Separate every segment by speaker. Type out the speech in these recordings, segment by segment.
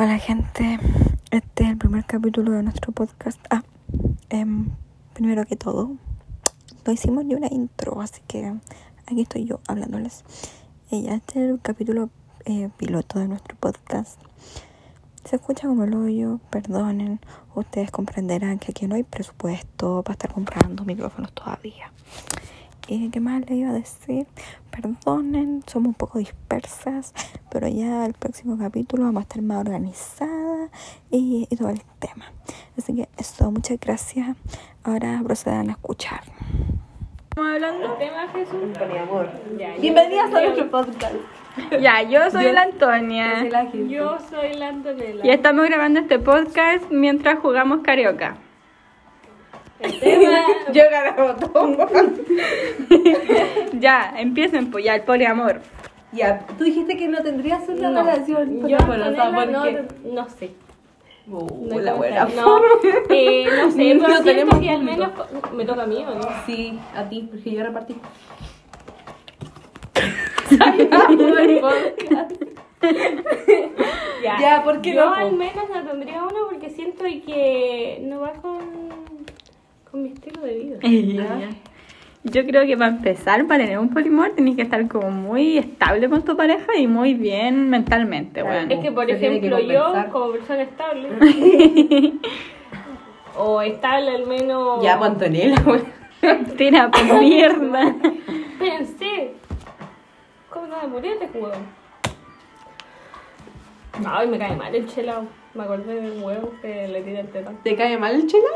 Speaker 1: Hola gente, este es el primer capítulo de nuestro podcast. Ah, em, primero que todo, no hicimos ni una intro, así que aquí estoy yo hablándoles. Y ya este es el capítulo eh, piloto de nuestro podcast. Se escucha como el hoyo, perdonen, ustedes comprenderán que aquí no hay presupuesto para estar comprando micrófonos todavía. ¿Y qué más le iba a decir? Perdonen, somos un poco dispersas, pero ya el próximo capítulo vamos a estar más organizadas y, y todo el tema. Así que eso, muchas gracias. Ahora procedan a escuchar.
Speaker 2: Bienvenidas a nuestro podcast.
Speaker 3: Ya, yo soy la Antonia.
Speaker 2: Yo soy la Antonella.
Speaker 3: Y estamos grabando este podcast mientras jugamos carioca.
Speaker 2: El tema,
Speaker 3: Yo ganaba todo. ya, empiecen pues ya el poliamor.
Speaker 4: Ya, tú dijiste que no tendrías una
Speaker 2: No.
Speaker 4: relación.
Speaker 2: yo
Speaker 4: bueno, o sea,
Speaker 2: Antonella no,
Speaker 4: porque-
Speaker 2: no sé.
Speaker 4: Uh,
Speaker 2: No hay
Speaker 4: la
Speaker 2: como
Speaker 4: buena.
Speaker 2: tal. No, eh, no sé,
Speaker 4: Lo
Speaker 2: pero siento
Speaker 4: tenemos
Speaker 2: que al
Speaker 4: junto.
Speaker 2: menos co- me toca a mí o no.
Speaker 4: Sí, a ti, porque yo repartí.
Speaker 2: ya.
Speaker 4: Ya, ¿por qué
Speaker 2: Yo
Speaker 4: no, po?
Speaker 2: al menos no tendría uno porque siento que no va con, con mi estilo de vida.
Speaker 4: Ah.
Speaker 3: Yo creo que para empezar, para tener un poliamor, tenés que estar como muy estable con tu pareja y muy bien mentalmente,
Speaker 4: Claro.
Speaker 3: bueno.
Speaker 2: Es que, por
Speaker 4: Se tiene que
Speaker 2: ejemplo, yo,
Speaker 4: compensar.
Speaker 2: como persona estable, o estable al menos,
Speaker 4: Ya, pues Antonella, güey.
Speaker 3: Tira por mierda.
Speaker 2: Pensé. ¿Cómo no me morí este huevo? Ay, me cae mal el chelao. Me acordé del huevo que le tiré el tetón.
Speaker 4: ¿Te cae mal el chela?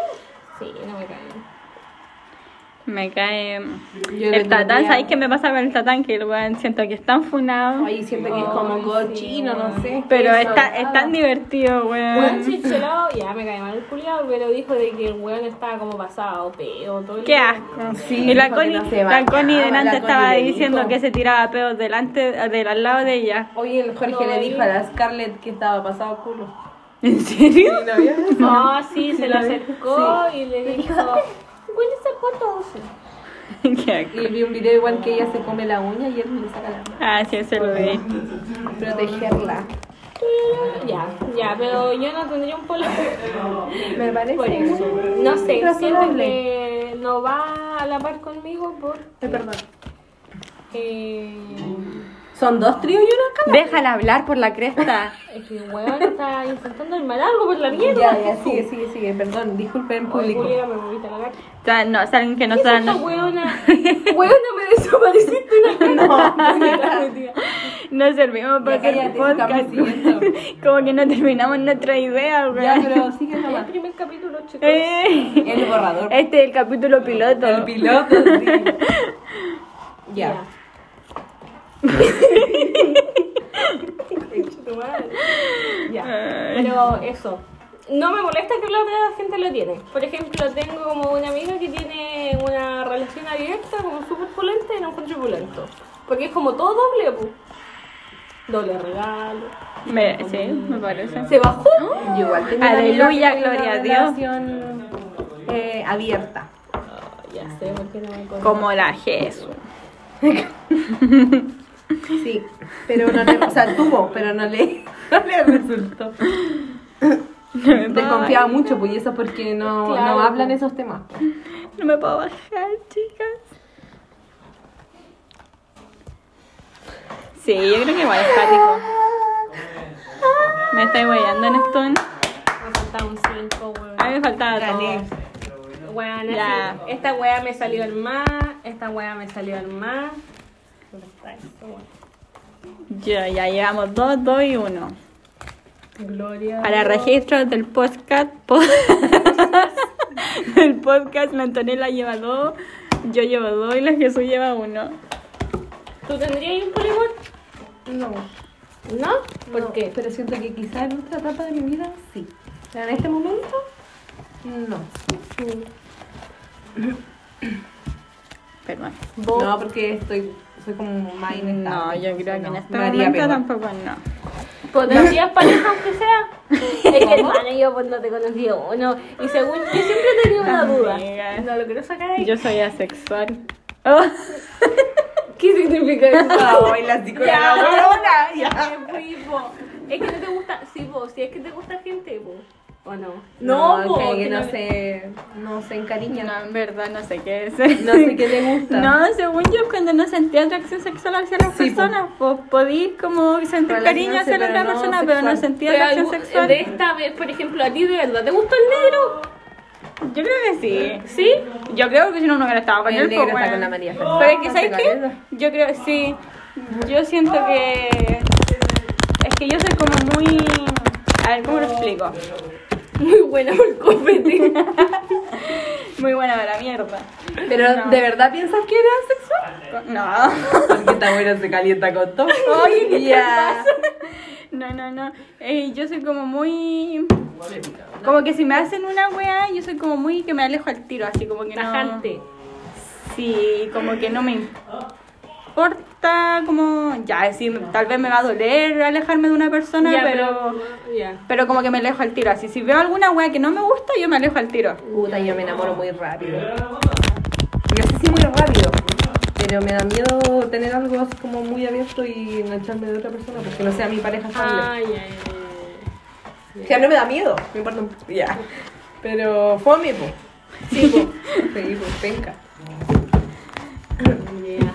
Speaker 2: Sí, no me cae mal.
Speaker 3: Me cae.
Speaker 4: Yo
Speaker 3: El
Speaker 4: no
Speaker 3: tatán,
Speaker 4: tendría-
Speaker 3: ¿sabes qué me pasa con el tatán? Que el weón siento que es tan funado.
Speaker 4: Ay, siento que es
Speaker 2: Ay,
Speaker 4: como
Speaker 2: sí,
Speaker 4: cochino, no
Speaker 2: güey.
Speaker 4: sé.
Speaker 3: Pero
Speaker 4: Eso,
Speaker 3: está, es
Speaker 4: nada.
Speaker 3: tan divertido,
Speaker 2: Bueno,
Speaker 3: weón.
Speaker 2: sí, el chelao, ya me cae mal el culiao, pero dijo de que el hueón estaba como pasado, peo, todo el
Speaker 3: Qué
Speaker 2: día.
Speaker 3: asco.
Speaker 4: Sí,
Speaker 3: y la
Speaker 4: dijo que
Speaker 3: Connie,
Speaker 4: no se
Speaker 3: la
Speaker 4: bañaba,
Speaker 3: Connie delante
Speaker 4: la
Speaker 3: estaba
Speaker 4: Connie le
Speaker 3: diciendo
Speaker 4: dijo.
Speaker 3: que se tiraba pedos delante, del al lado de ella.
Speaker 4: Oye, el Jorge
Speaker 2: No,
Speaker 4: le
Speaker 2: ahí-
Speaker 4: dijo a la Scarlett que estaba pasado culo.
Speaker 3: ¿En serio?
Speaker 4: ¿No vio?
Speaker 2: No, sí, se le acercó y le dijo, huele zapatos.
Speaker 3: Qué asco.
Speaker 4: Y vi un video igual que ella se come la uña y él le saca la mano.
Speaker 3: Ah, sí, eso lo vi.
Speaker 4: Protegerla.
Speaker 2: Ya, ya, pero yo no tendría un polo.
Speaker 4: Me parece.
Speaker 2: Por eso.
Speaker 4: muy
Speaker 2: No sé, siento
Speaker 4: razonable.
Speaker 2: que no va a la par conmigo por.
Speaker 4: Ay, perdón.
Speaker 2: Eh,
Speaker 4: Son dos tríos y una cama.
Speaker 3: Déjala hablar por la cresta.
Speaker 2: es que weón está intentando armar algo por la mierda.
Speaker 4: Ya, ya, sigue, sigue, sigue. Perdón, disculpen
Speaker 2: Oye,
Speaker 4: público.
Speaker 2: Julia, me volviste a cagar.
Speaker 3: O sea, no, saben que no
Speaker 2: ¿Qué es
Speaker 3: son.
Speaker 2: esta weona? Weona, me desapareciste una vez.
Speaker 3: No servimos para hacer
Speaker 4: cállate,
Speaker 3: podcast.
Speaker 4: estamos siguiendo.
Speaker 3: Como que no terminamos nuestra idea,
Speaker 4: Ya,
Speaker 3: weón.
Speaker 4: pero sigue
Speaker 2: No. El
Speaker 4: nomás.
Speaker 2: primer capítulo, chicos.
Speaker 3: Eh,
Speaker 4: El borrador.
Speaker 3: Este es el capítulo piloto.
Speaker 4: El piloto, sí. Ya.
Speaker 3: Ay.
Speaker 2: Pero eso. No me molesta que la otra gente lo tiene. Por ejemplo, tengo como una amiga que tiene una relación abierta, como súper pulenta y no encuentro pulento. Porque es como todo doble, pu. Doble regalo.
Speaker 3: Me- sí, me parece.
Speaker 2: Se bajó.
Speaker 4: Yo igual tengo una
Speaker 3: Aleluya,
Speaker 4: amiga que tiene
Speaker 3: gloria
Speaker 4: una
Speaker 3: a Dios.
Speaker 4: relación, eh, abierta.
Speaker 2: Ah, ya sé por qué no me acuerdo.
Speaker 3: Como la Jesús.
Speaker 4: Sí, pero no le, o sea, tuvo, pero no le, no le resultó. Desconfiaba mucho, pues y eso porque no,
Speaker 2: Claro.
Speaker 4: no hablan esos temas. pues.
Speaker 3: No me puedo bajar, chicas. Sí, yo creo que igual es pático. Me estoy guayando en esto.
Speaker 2: Me faltaba un 5, weón.
Speaker 3: A mí me faltaba
Speaker 4: Gané.
Speaker 3: todo.
Speaker 2: Weón, así,
Speaker 3: Ya.
Speaker 2: Esta wea me salió al más. Esta wea me salió al más. ¿Dónde está esto, weón?
Speaker 3: Ya, ya llevamos dos, dos y uno.
Speaker 2: Gloria.
Speaker 3: Para
Speaker 2: Dios.
Speaker 3: registro del podcast. pod- el podcast, la Antonella lleva dos, yo llevo dos y la Jesús lleva uno.
Speaker 2: ¿Tú tendrías un polimón?
Speaker 4: No,
Speaker 2: ¿No? ¿Por
Speaker 4: no,
Speaker 2: qué?
Speaker 4: Pero siento que quizás en otra etapa de mi vida sí. Pero en este momento, no.
Speaker 3: Perdón.
Speaker 4: No, porque estoy, soy como más inestable.
Speaker 3: No, yo creo que en
Speaker 4: Ah, No,
Speaker 3: este
Speaker 4: María
Speaker 3: momento
Speaker 4: Pedro.
Speaker 3: tampoco no.
Speaker 2: ¿Pondrías pareja aunque sea? Es que hermano, yo pues no te conocía uno. Y según, yo siempre he tenido una duda.
Speaker 3: Amiga.
Speaker 2: No lo quiero sacar ahí.
Speaker 3: Yo soy asexual. Oh.
Speaker 2: ¿Qué significa eso?
Speaker 4: Ay, Ah, la psicóloga,
Speaker 2: Ya.
Speaker 4: weona, ya.
Speaker 2: Qué rico. Es que no te gusta, si vos, si es que te gusta gente, vos. ¿O no?
Speaker 4: no, pues,
Speaker 2: po,
Speaker 4: que
Speaker 2: que
Speaker 4: no
Speaker 2: me-
Speaker 4: se, no se encariña.
Speaker 3: No, en verdad, no sé qué es.
Speaker 4: No sé qué le gusta.
Speaker 3: No, según yo, cuando no sentía atracción sexual hacia las
Speaker 4: Sí, po.
Speaker 3: personas, pues podí como sentir cariño hacia la
Speaker 4: Relacionarse,
Speaker 3: otra
Speaker 4: pero no
Speaker 3: persona, pero no
Speaker 4: sexual. eh,
Speaker 3: sentía
Speaker 2: Pero
Speaker 3: atracción
Speaker 2: algún-
Speaker 3: sexual.
Speaker 2: De esta vez, por ejemplo, a ti de verdad, ¿te gustó el negro?
Speaker 3: Yo creo que sí.
Speaker 2: ¿Sí?
Speaker 3: Yo creo que si no, no hubiera estado con
Speaker 4: Eh. El
Speaker 3: él.
Speaker 4: negro
Speaker 3: pues,
Speaker 4: está
Speaker 3: bueno.
Speaker 4: con la María
Speaker 3: Pero es que,
Speaker 4: Fernanda,
Speaker 3: ¿sabes qué?
Speaker 4: se caleta.
Speaker 3: Yo creo que sí. Yo siento que. Es que yo soy como muy. A ver, ¿cómo lo explico?
Speaker 2: Muy buena por copete.
Speaker 3: Muy buena para la mierda.
Speaker 4: Pero, ¿de verdad piensas que era sexual?
Speaker 3: No.
Speaker 4: Porque esta buena se calienta con todo.
Speaker 3: Oye, ¿qué te
Speaker 4: Ya.
Speaker 3: No, no, no. Eh, yo soy como muy. Como que si me hacen una weá, yo soy como muy que me alejo al tiro, así como que no.
Speaker 2: Tajante.
Speaker 3: Sí, como que no me importa, como. Ya, sí, tal vez me va a doler alejarme de una persona,
Speaker 2: Ya,
Speaker 3: pero.
Speaker 2: Ya.
Speaker 3: Pero como que me alejo al tiro, así. Si veo alguna weá que no me gusta, yo me alejo al tiro.
Speaker 4: Puta, yo me enamoro muy rápido. No sé si muy rápido, pero me da miedo tener algo así como muy abierto y engancharme de otra persona porque no sea mi pareja estable.
Speaker 2: Ay, ay, ay, ay.
Speaker 4: O sea, no me da miedo, me importa un p- Ya. Pero fome, po.
Speaker 2: Sí, po.
Speaker 4: Sí, po, penca.
Speaker 2: Ya.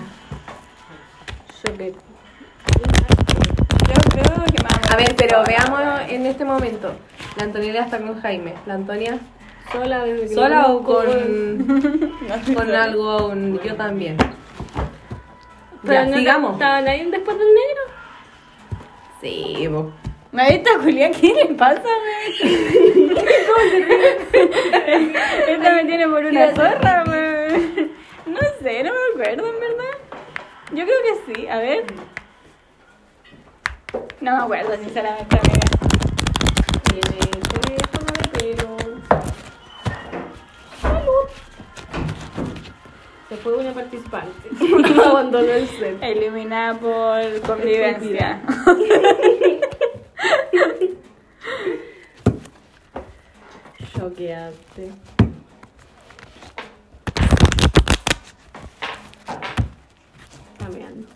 Speaker 3: Yo que- Yo creo que me hago-
Speaker 4: A ver, pero veamos en este momento. La Antonella está con Jaime. ¿La Antonia
Speaker 2: Sola desde que
Speaker 4: sola
Speaker 2: lo
Speaker 4: o
Speaker 2: conozco, weón.
Speaker 4: con,
Speaker 3: No estoy
Speaker 4: con
Speaker 3: sola.
Speaker 4: algo? un- yo también.
Speaker 2: Pero
Speaker 4: Ya,
Speaker 2: no
Speaker 4: sigamos.
Speaker 2: ¿Estaba nadie después del negro?
Speaker 4: Sí, po.
Speaker 3: Ahí está Julián, ¿qué le pasa, güey? Esta me tiene por una zorra, güey. No sé, no me acuerdo, en verdad. Yo creo que sí, a ver. No me acuerdo, sinceramente, amiga.
Speaker 2: Tiene teléfono de pelo. Se fue una participante. Abandonó el set.
Speaker 3: Eliminada por convivencia.
Speaker 2: Choqueante. Cambiando.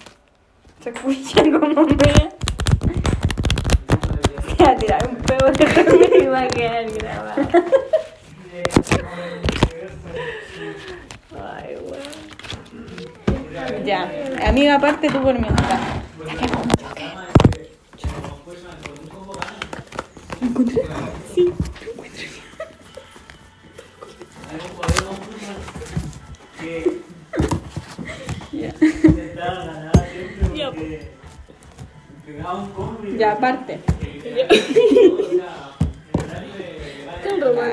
Speaker 3: Se escucha como me... Se va a tirar un peo de y va a quedar grabado.
Speaker 2: Ay, weón.
Speaker 3: Ya, amiga, aparte tú por mi cuenta.
Speaker 5: intentaban ganar siempre
Speaker 2: Ya.
Speaker 5: porque pegaban combo y
Speaker 3: Ya, aparte.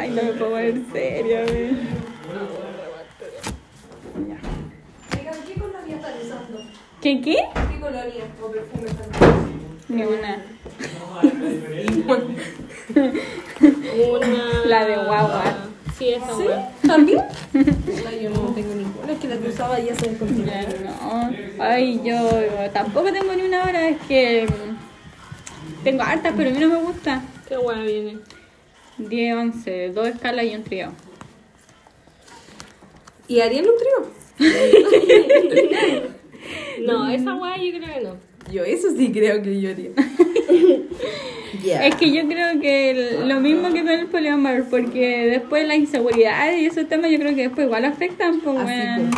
Speaker 3: Ay, no me puedo poner seria, güey. ¿Qué, qué?
Speaker 4: ¿Qué colorías o perfumes
Speaker 3: Ni una.
Speaker 2: Una.
Speaker 3: La de guagua.
Speaker 2: Sí, esa ¿Sí?
Speaker 3: ¿También?
Speaker 4: No, yo no tengo ninguna. Es que la que usaba ya se descontinuó.
Speaker 3: Ya, no. Ay, yo tampoco tengo ni una hora, es que. mm, Tengo hartas, pero a mí no me gusta.
Speaker 2: Qué buena viene.
Speaker 3: 10, 11, dos escalas y un trío.
Speaker 4: ¿Y harían un trío?
Speaker 2: No, esa weá yo creo que no.
Speaker 4: Yo eso sí creo que yo haría. Ya.
Speaker 3: Es que yo creo que el- lo mismo que con el poliamor, porque después las inseguridades y esos temas yo creo que después igual afectan, pues
Speaker 4: Así,
Speaker 3: bueno.
Speaker 4: po.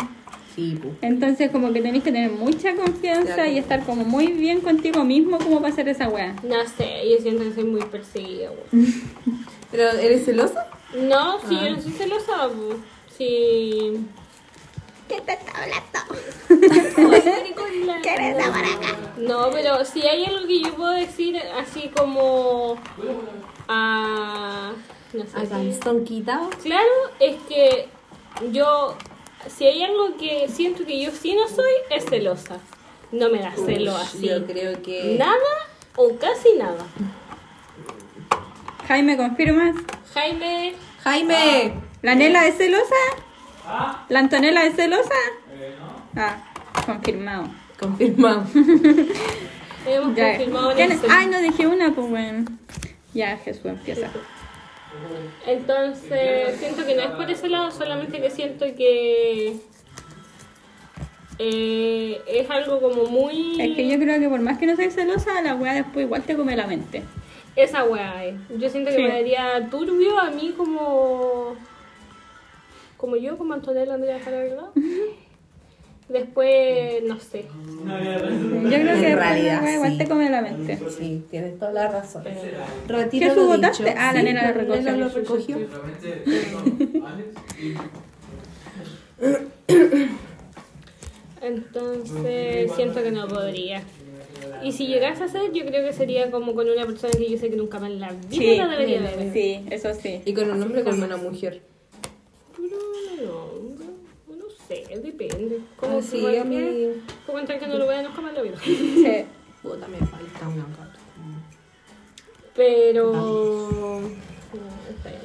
Speaker 4: Sí, po.
Speaker 3: Entonces como que tenés que tener mucha confianza
Speaker 4: Claro.
Speaker 3: y estar como muy bien contigo mismo como para hacer esa weá.
Speaker 2: No sé, yo siento que soy muy perseguida, weón.
Speaker 4: ¿Pero eres celosa?
Speaker 2: No, sí,
Speaker 4: Ah.
Speaker 2: yo no soy celosa. bu. Sí. ¿Qué te está hablando? ¿Quieres ahora acá? No, pero si hay algo que yo puedo decir así como. Ah. No sé. si-
Speaker 4: son quitados?
Speaker 2: Claro, es que yo. Si hay algo que siento que yo sí no soy, es celosa. No me da celo así.
Speaker 4: Yo creo que.
Speaker 2: Nada o casi nada.
Speaker 3: Jaime, ¿confirmas?
Speaker 2: Jaime.
Speaker 4: ¡Jaime!
Speaker 3: ¿La Nela es celosa? ¿La Antonella es celosa? Ah, confirmado.
Speaker 4: Confirmado.
Speaker 2: Hemos
Speaker 3: Ya.
Speaker 2: confirmado en
Speaker 3: Ya
Speaker 2: el
Speaker 3: no- Ay, no dejé una, pues bueno. Ya, Jesús, empieza.
Speaker 2: Entonces, siento que no es por ese lado, solamente que siento que eh, es algo como muy...
Speaker 3: Es que yo creo que por más que no seas celosa, la weá después igual te come la mente.
Speaker 2: Esa weá es. Yo siento que
Speaker 3: Sí.
Speaker 2: me daría turbio a mí como. Como yo, como Antonella Andrea Jara, Después, no sé.
Speaker 6: No había pensado.
Speaker 3: Yo creo que
Speaker 7: En
Speaker 3: después
Speaker 7: realidad,
Speaker 3: la wea igual
Speaker 7: sí.
Speaker 3: te come la mente.
Speaker 7: Sí, tienes toda la razón. Retiro
Speaker 3: ¿Qué tú
Speaker 7: lo
Speaker 3: votaste?
Speaker 7: dicho.
Speaker 3: Ah, la
Speaker 7: Sí,
Speaker 3: nena la recogió.
Speaker 7: nena lo recogió.
Speaker 6: Realmente, no, Alex y-
Speaker 2: Entonces, siento que no podría. Y si llegase a ser, yo creo que sería como con una persona que yo sé que nunca más en la vida
Speaker 3: Sí,
Speaker 2: la debería ver.
Speaker 3: sí, eso sí.
Speaker 4: Y con un hombre con una mujer.
Speaker 2: Pero no, no sé, depende. Como
Speaker 4: Ah,
Speaker 2: que
Speaker 4: sí,
Speaker 2: igual
Speaker 4: a
Speaker 2: que-
Speaker 4: mí.
Speaker 2: Como entrar que no lo vea nunca más en la vida.
Speaker 3: Sí.
Speaker 4: Puta, me falta una gata.
Speaker 2: Pero.
Speaker 3: Ah.
Speaker 2: No, está bien,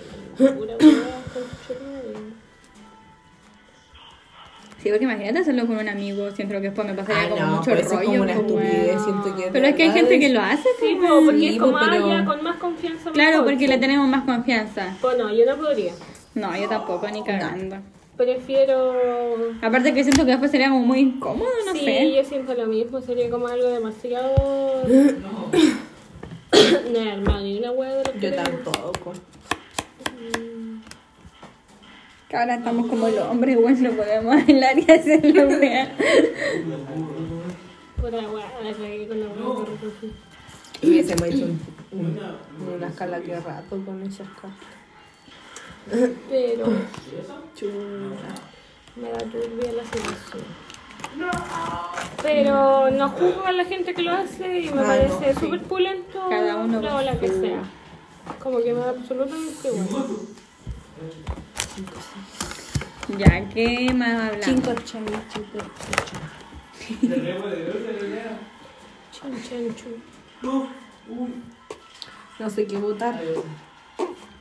Speaker 2: pura hueá, conchetumare.
Speaker 3: Sí, porque imagínate hacerlo con un amigo, siento que después me pasaría
Speaker 7: Ah,
Speaker 3: como
Speaker 7: no,
Speaker 3: mucho
Speaker 7: pero eso
Speaker 3: rollo.
Speaker 7: es como una
Speaker 3: como,
Speaker 7: estupidez.
Speaker 3: weón.
Speaker 7: Siento que de
Speaker 3: Pero es que hay
Speaker 7: verdad
Speaker 3: gente
Speaker 7: es-
Speaker 3: que lo hace,
Speaker 2: Sí,
Speaker 3: po,
Speaker 2: pero porque
Speaker 7: Sí,
Speaker 2: es como,
Speaker 7: pues, pero-
Speaker 2: ah, ya, con más confianza.
Speaker 3: Claro,
Speaker 2: mejor.
Speaker 3: porque le tenemos más confianza.
Speaker 2: Pues no, yo no podría.
Speaker 3: No, yo tampoco, ni cagando.
Speaker 2: Prefiero.
Speaker 3: Aparte que siento que después sería como muy incómodo, no
Speaker 2: sí,
Speaker 3: sé.
Speaker 2: yo siento lo mismo, sería como algo demasiado. no he armado ni una hueá de lo que
Speaker 7: Yo
Speaker 2: le-
Speaker 7: tampoco.
Speaker 3: Que ahora estamos como los hombres, bueno, no podemos hablar y hacerlo, weón.
Speaker 2: Puta hueá, la cagué con la hueá de recogí.
Speaker 7: Hubiésemos hecho un- un- una escala que rato con esas cartas.
Speaker 2: Pero. Me da turbia la situación. Pero no juzgo a la gente que lo hace y
Speaker 7: Ah,
Speaker 2: me
Speaker 7: no,
Speaker 2: parece súper pulento.
Speaker 3: Cada uno
Speaker 2: la
Speaker 3: con
Speaker 2: ola que
Speaker 3: su-
Speaker 2: sea. Como que me da absolutamente igual.
Speaker 3: Ya, ¿qué más hablamos?
Speaker 7: Cinco chamis, cinco chamis.
Speaker 6: Tenemos de dónde la idea.
Speaker 2: Chun, chun, chun.
Speaker 6: No, uy.
Speaker 4: No sé qué votar.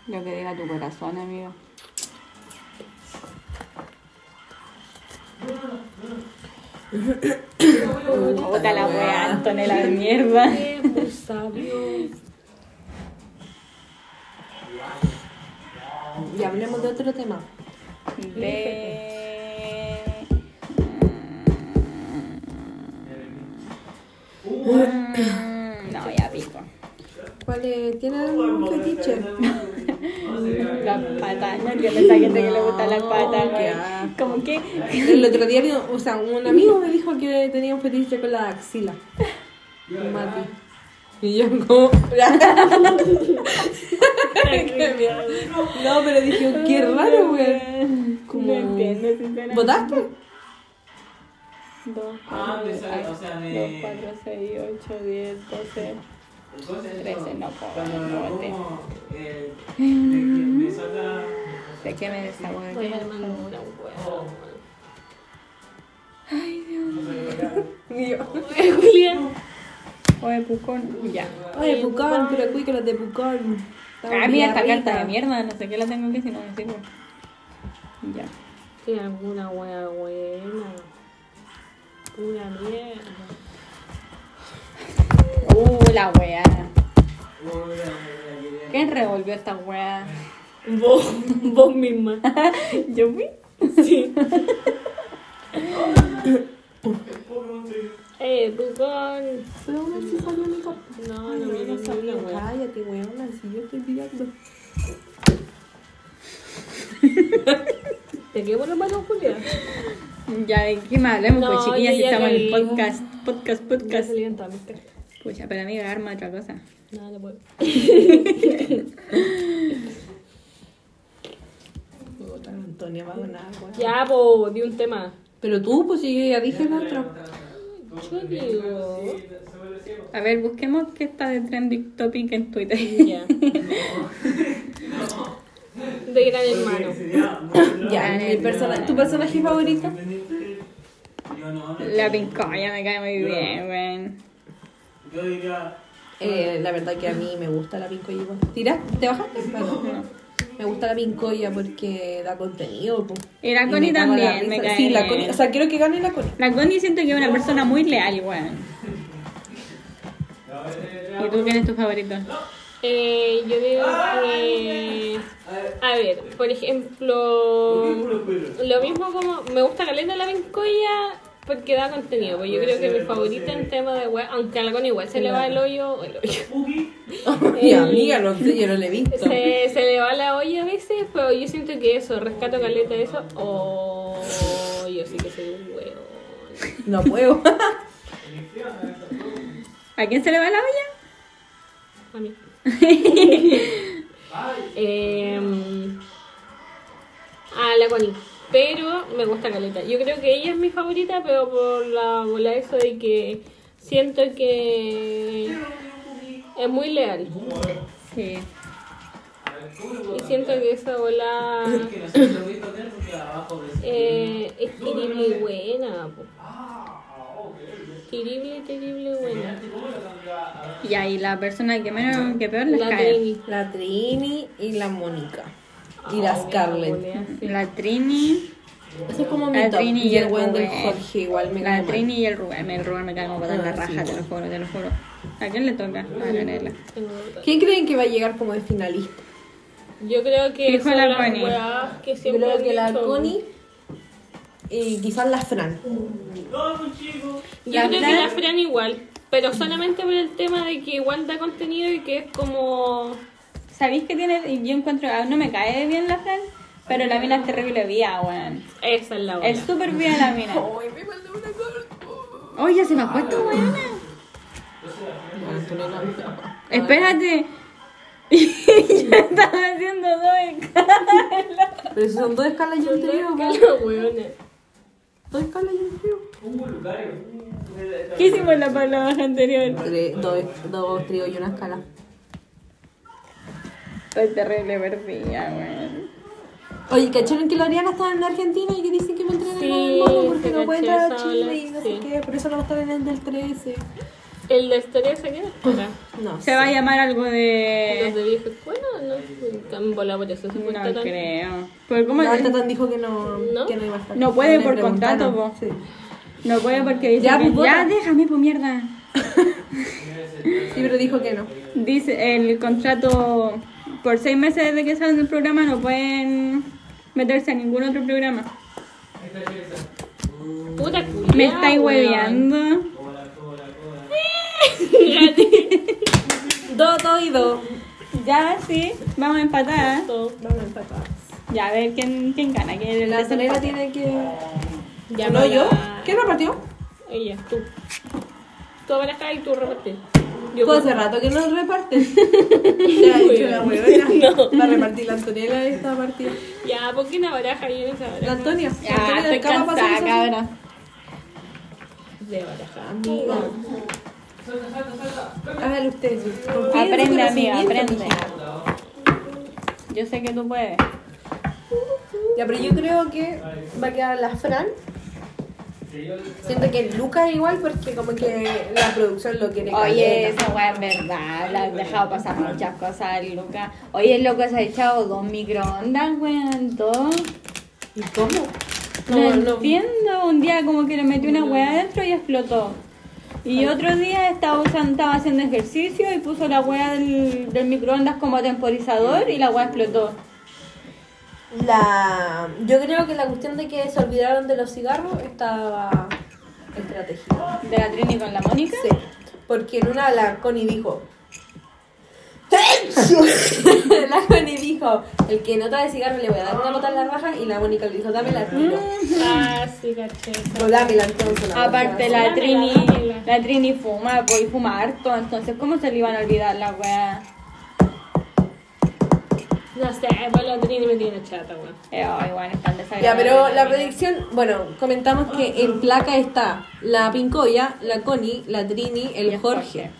Speaker 3: Lo que diga tu corazón, amigo. Puta la wea, Antonella de mierda.
Speaker 2: Qué sabio.
Speaker 4: Y hablemos de otro tema.
Speaker 3: De... Mm, No, ya pico.
Speaker 4: ¿Cuál es? ¿Tiene algún fetiche?
Speaker 3: Las patas, no entiendo esa gente que le gusta las patas,
Speaker 4: qué
Speaker 3: güey. Como que...
Speaker 4: El otro día, o sea, un amigo me dijo que tenía un fetiche con la axila. Un Mati. Y yo como... Qué miedo. no, pero dije, qué raro, güey.
Speaker 3: Como... No entiendo, sinceramente.
Speaker 4: ¿Votaste?
Speaker 3: 2,
Speaker 6: Ah, de esa- o sea, de-
Speaker 3: 4, 6, 8, 10, 12.
Speaker 6: Entonces,
Speaker 3: Trece, no puedo,
Speaker 6: cuando
Speaker 3: no
Speaker 6: lo
Speaker 3: boté.
Speaker 6: como, eh, de que me salta-
Speaker 3: ¿De qué me desagüe?
Speaker 2: Voy armando una hueá. Ay, Julián.
Speaker 3: Oye, Pucón, ya.
Speaker 4: Oye, Pucón, pero cuí con los de Pucón.
Speaker 3: Ah, mira, esta carta de
Speaker 4: mierda.
Speaker 3: mierda, no sé qué la tengo que si no me sirve. Ya.
Speaker 2: Tiene alguna hueá buena. Una mierda.
Speaker 3: Uh, la wea.
Speaker 6: Uy, la- la idea.
Speaker 3: ¿Quién revolvió esta wea?
Speaker 2: Vos, vos misma.
Speaker 3: Yo vi.
Speaker 2: Eh, Pucón.
Speaker 4: Pero aún así salió mi carta.
Speaker 2: No,
Speaker 4: Ay,
Speaker 2: no,
Speaker 4: no,
Speaker 2: no,
Speaker 4: no sabía.
Speaker 2: no, no,
Speaker 4: Cállate, weona, si yo estoy mirando.
Speaker 2: Te quemo la mano, Julia.
Speaker 3: Ya, ¿de qué más hablemos?
Speaker 2: No,
Speaker 3: pues chiquillas,
Speaker 2: yo
Speaker 3: si
Speaker 2: ya
Speaker 3: estamos en el
Speaker 2: caí.
Speaker 3: podcast, podcast,
Speaker 2: Ya
Speaker 3: podcast.
Speaker 2: salí en todas mis cartas.
Speaker 3: Pucha, pero amiga, arma otra cosa.
Speaker 2: No, no puedo.
Speaker 7: Me votaron Antonia Vagonada.
Speaker 2: Ya, po, di un tema.
Speaker 4: Pero tú, pues si yo ya dije el otro.
Speaker 2: Yo digo.
Speaker 3: A ver, busquemos qué está de trending topic en Twitter.
Speaker 2: Ya. De gran hermano.
Speaker 4: Ya, mi persona- tu personaje favorito.
Speaker 6: Yo no, no.
Speaker 3: La pincoya me cae muy bien, weón.
Speaker 6: Yo diría.
Speaker 4: Eh, la verdad que a mí me gusta la pincoya igual. ¿Tira? ¿Te bajaste? Bueno, no. Me gusta la pincoya porque da contenido. po.
Speaker 3: Y la Connie
Speaker 4: me cago en la
Speaker 3: también, me
Speaker 4: risa.
Speaker 3: cae
Speaker 4: Sí, la
Speaker 3: bien.
Speaker 4: Connie. O sea, quiero que gane la Connie.
Speaker 3: La Connie siento que es una persona muy leal, weón. ¿Y tú quién es tu favorito?
Speaker 2: Eh, yo digo que. A ver, por ejemplo. Lo mismo como. Me gusta Caleta la Vincoya Porque da contenido, pues yo creo que mi favorita en tema de web, aunque algo igual se le va el hoyo, el hoyo.
Speaker 8: Oh,
Speaker 4: Mi amiga, no sé, yo no le he visto.
Speaker 2: Se, se le va la olla a veces, pero yo siento que eso, rescato caleta de eso, o yo sí que soy un huevo.
Speaker 4: No puedo.
Speaker 8: ¿A quién se le va la olla?
Speaker 2: A mí. Em, a la Connie. Pero me gusta Caleta. Yo creo que ella es mi favorita, pero por la bola eso de que siento que es muy leal.
Speaker 8: Sí.
Speaker 2: Y siento que esa bola
Speaker 6: Que nosotros lo voy a poner porque abajo ves.
Speaker 2: eh, es terrible y buena. po. Terrible, terrible buena.
Speaker 8: Y ahí la persona que menos, que peor les
Speaker 2: La
Speaker 8: cae.
Speaker 2: Trini.
Speaker 4: La Trini y la Mónica.
Speaker 8: Oh,
Speaker 4: Y
Speaker 2: Ah,
Speaker 4: la
Speaker 2: mira,
Speaker 4: Scarlett.
Speaker 2: bolea, sí.
Speaker 8: La Trini.
Speaker 4: Ese es como mi
Speaker 8: La
Speaker 4: top.
Speaker 8: Trini
Speaker 4: Y el buen del
Speaker 8: Rubén.
Speaker 4: Jorge igual me
Speaker 8: La
Speaker 4: cae mal.
Speaker 8: Trini y el Rubén. El Rubén me cae como patada en la
Speaker 4: Ah, sí,
Speaker 8: raja, te lo
Speaker 4: bueno.
Speaker 8: juro, te lo juro. ¿A quién le toca? A Canela.
Speaker 4: ¿Quién creen que va a llegar como de finalista?
Speaker 2: Yo creo que
Speaker 8: Dijo
Speaker 2: son
Speaker 8: la
Speaker 2: las
Speaker 8: Connie.
Speaker 2: weas que
Speaker 4: Yo
Speaker 2: siempre
Speaker 4: creo que la
Speaker 2: han dicho.
Speaker 4: Connie y quizás la Fran.
Speaker 2: Mm. Yo
Speaker 8: La
Speaker 2: creo
Speaker 8: Fran-
Speaker 2: que la Fran igual, pero solamente por el tema de que igual da contenido y que es como...
Speaker 8: ¿Sabéis que tiene? Yo encuentro. ah, No me cae bien la Fran, pero la mina es terrible vía, weón.
Speaker 2: Esa es la hora.
Speaker 8: Es súper bien la mina. Oye, se me ha puesto buena. Espérate. ya estaba haciendo dos
Speaker 4: Pero si son dos escalas y un trío. Dos escalas y un trío.
Speaker 8: ¿Qué hicimos en la palabra anterior?
Speaker 4: Tres- Dos, dos tríos y una escala.
Speaker 8: Estoy terrible perdida, weón.
Speaker 4: Oye, ¿cacharon que la Oriana estaba en Argentina y que dicen que va a entrar en
Speaker 2: Sí,
Speaker 4: el mundo porque
Speaker 2: sí,
Speaker 4: no puede
Speaker 2: caché
Speaker 4: entrar a
Speaker 2: esa
Speaker 4: Chile
Speaker 2: ola,
Speaker 4: y no
Speaker 2: sí.
Speaker 4: sé qué? Por eso no va a estar en el del 13.
Speaker 2: ¿El de historia se queda? Ahora,
Speaker 4: No.
Speaker 8: Se va a llamar algo
Speaker 2: ¿Los
Speaker 8: de.
Speaker 2: de vieja escuela o no? Tan volado por eso se cuenta
Speaker 8: Eh. No
Speaker 2: tan-
Speaker 8: creo. Porque como
Speaker 4: No, el Tatán dijo que no,
Speaker 2: ¿No?
Speaker 4: que no iba a estar.
Speaker 8: No puede
Speaker 4: Le
Speaker 8: por
Speaker 4: preguntaron.
Speaker 8: contrato, po.
Speaker 4: Sí.
Speaker 8: No puede porque dice.
Speaker 4: Ya,
Speaker 8: que-
Speaker 4: pues, vota.
Speaker 8: ya déjame, pues mierda.
Speaker 4: sí, pero dijo que no.
Speaker 8: Dice el contrato por seis meses desde que salen del programa no pueden meterse a ningún otro programa.
Speaker 2: Puta
Speaker 8: Me
Speaker 2: culiao,
Speaker 8: estáis
Speaker 2: weón.
Speaker 8: hueveando.
Speaker 4: Dos, dos y dos.
Speaker 8: Ya sí, vamos a empatar.
Speaker 4: Vamos a empatar.
Speaker 8: Ya a ver quién, quién gana. ¿Quién el
Speaker 4: La
Speaker 8: desempate?
Speaker 4: Tonela tiene que.
Speaker 2: Ya
Speaker 4: ¿No
Speaker 2: para-
Speaker 4: yo? ¿Quién repartió?
Speaker 2: Ella, tú. Tú acá y tú repartes. Yo
Speaker 4: Todo Pues hace rato que no reparte. ya he hecho la huevona. Para repartir la Antonella esta partida.
Speaker 2: pues, Ya, ¿por qué no baraja? Yo no sé barajar.
Speaker 4: La Antonia.
Speaker 8: Ya,
Speaker 4: la Antonia
Speaker 8: estoy
Speaker 4: acaba de pasar
Speaker 8: cansada,
Speaker 4: eso.
Speaker 8: Ah, cabra.
Speaker 2: De baraja.
Speaker 4: Hágalo ustedes. confíen en su
Speaker 8: Aprende, amiga,
Speaker 4: conocimiento,
Speaker 8: aprende.
Speaker 4: mija.
Speaker 8: Yo sé que tú puedes.
Speaker 4: Ya, pero yo creo que va a quedar la Fran. Siento que Lucas igual porque como que la producción lo quiere
Speaker 8: Oye,
Speaker 4: caleta.
Speaker 8: esa weá es verdad. Le han dejado pasar muchas cosas al Luca. Oye, el loco se ha echado dos microondas, weón. Dos.
Speaker 4: ¿Y cómo?
Speaker 8: No, entiendo. Un día como que le metió una hueá adentro y explotó. Y otro día estaba, usando, estaba haciendo ejercicio y puso la hueá del, del microondas como temporizador y la hueá explotó.
Speaker 4: La... Yo creo que la cuestión de que se olvidaron de los cigarros estaba estratégica.
Speaker 8: De la Trini con la Mónica.
Speaker 4: Sí, porque en una la Connie dijo. la Connie dijo, el que no trae cigarro le voy a dar una nota en la raja y la Mónica le dijo, dame la
Speaker 8: Mm.
Speaker 4: tiro.
Speaker 2: Ah, sí, caché.
Speaker 4: No, dámela entonces. la
Speaker 8: Aparte
Speaker 4: weá.
Speaker 8: la
Speaker 2: Dámela,
Speaker 8: Trini,
Speaker 2: dámela.
Speaker 8: la Trini fuma, pues y fuma harto, entonces ¿cómo se le iban a olvidar la hueá?
Speaker 2: No sé, pues la Trini me tiene chata, weón.
Speaker 8: Eh, oh, igual están
Speaker 4: Ya,
Speaker 8: desagradables.
Speaker 4: pero la predicción, bueno, comentamos que en placa está la Pincoya, la Connie, la Trini,
Speaker 8: Y
Speaker 4: el
Speaker 8: el
Speaker 4: Jorge.
Speaker 8: Jorge.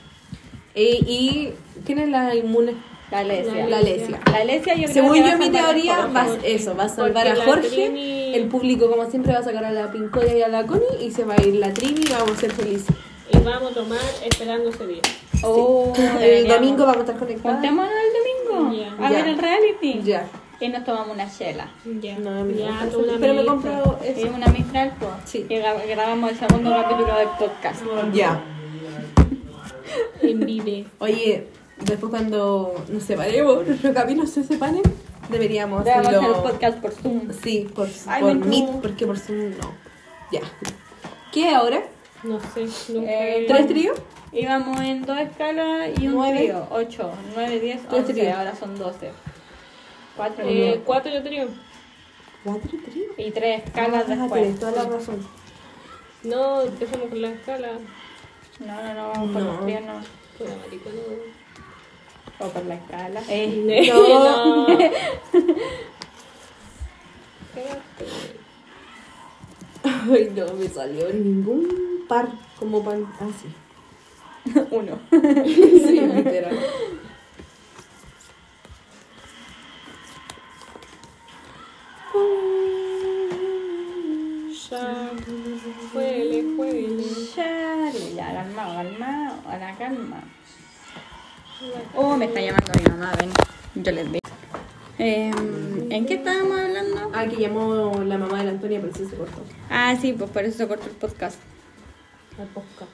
Speaker 4: Eh, y ¿quién es la inmune?
Speaker 8: La Lesia.
Speaker 4: La Lesia.
Speaker 8: La Lesia yo creo
Speaker 4: Según
Speaker 8: que va
Speaker 4: yo
Speaker 8: a
Speaker 4: mi
Speaker 8: salvar a
Speaker 4: teoría
Speaker 8: Jorge.
Speaker 4: va a- eso, va a salvar
Speaker 2: Porque
Speaker 4: a
Speaker 2: la
Speaker 4: Jorge,
Speaker 2: Trini-
Speaker 4: el público como siempre va a sacar a la Pincoya y a la Connie y se va a ir la Trini y vamos a ser felices.
Speaker 2: Y vamos a tomar esperándose bien.
Speaker 8: Oh,
Speaker 4: El
Speaker 8: deberíamos.
Speaker 4: domingo vamos a estar conectados.
Speaker 8: Contémonos el domingo.
Speaker 2: Ya.
Speaker 8: A
Speaker 4: Ya.
Speaker 8: ver el reality.
Speaker 4: Ya.
Speaker 8: Y nos tomamos una chela.
Speaker 2: Ya.
Speaker 4: No, me
Speaker 2: ya,
Speaker 4: gusta
Speaker 2: tú
Speaker 4: hacer-
Speaker 2: una
Speaker 4: pero me
Speaker 2: amiguita.
Speaker 4: compro
Speaker 8: Es
Speaker 4: eso.
Speaker 8: una mistral, po.
Speaker 4: Sí.
Speaker 8: Y gra- grabamos el segundo capítulo del podcast.
Speaker 4: Ya.
Speaker 2: Envive.
Speaker 4: Oye, después cuando nos separemos, nuestros caminos se separen, deberíamos
Speaker 8: Grabamos el
Speaker 4: hacerlo.
Speaker 8: podcast por Zoom.
Speaker 4: Sí, por,
Speaker 8: Ay,
Speaker 4: por
Speaker 8: me
Speaker 4: Meet,
Speaker 8: no.
Speaker 4: porque por Zoom no. Ya. ¿Qué es ahora?
Speaker 2: No sé, nunca.
Speaker 8: Eh,
Speaker 4: ¿Tres tríos?
Speaker 8: Íbamos en dos escalas y un
Speaker 4: Nueve.
Speaker 8: trío. Ocho, nueve, diez,
Speaker 4: Tres
Speaker 8: once.
Speaker 4: tríos.
Speaker 8: Ahora son doce. Cuatro
Speaker 2: Eh, cuatro tríos.
Speaker 4: ¿Cuatro tríos?
Speaker 8: y tres escalas
Speaker 4: Ah, tienes
Speaker 8: después.
Speaker 4: toda la razón.
Speaker 2: No, empezamos con la escala.
Speaker 8: No, no, no, vamos por
Speaker 4: No.
Speaker 8: los tríos no.
Speaker 2: Puta marico, no.
Speaker 8: O por la escala.
Speaker 2: No.
Speaker 4: Ay, no me salió ningún par como pan así.
Speaker 8: Uno.
Speaker 4: sí, literal.
Speaker 2: Ya. Huele, huele.
Speaker 8: Chale, ya, calmado, calmado, a la calma. Oh, me está llamando mi mamá, ven. Yo les digo. Em, ¿En qué estábamos hablando?
Speaker 4: Ah, que llamó la mamá de la Antonia, pero sí se cortó.
Speaker 8: Ah, sí, pues por eso se cortó el podcast.
Speaker 2: La posca.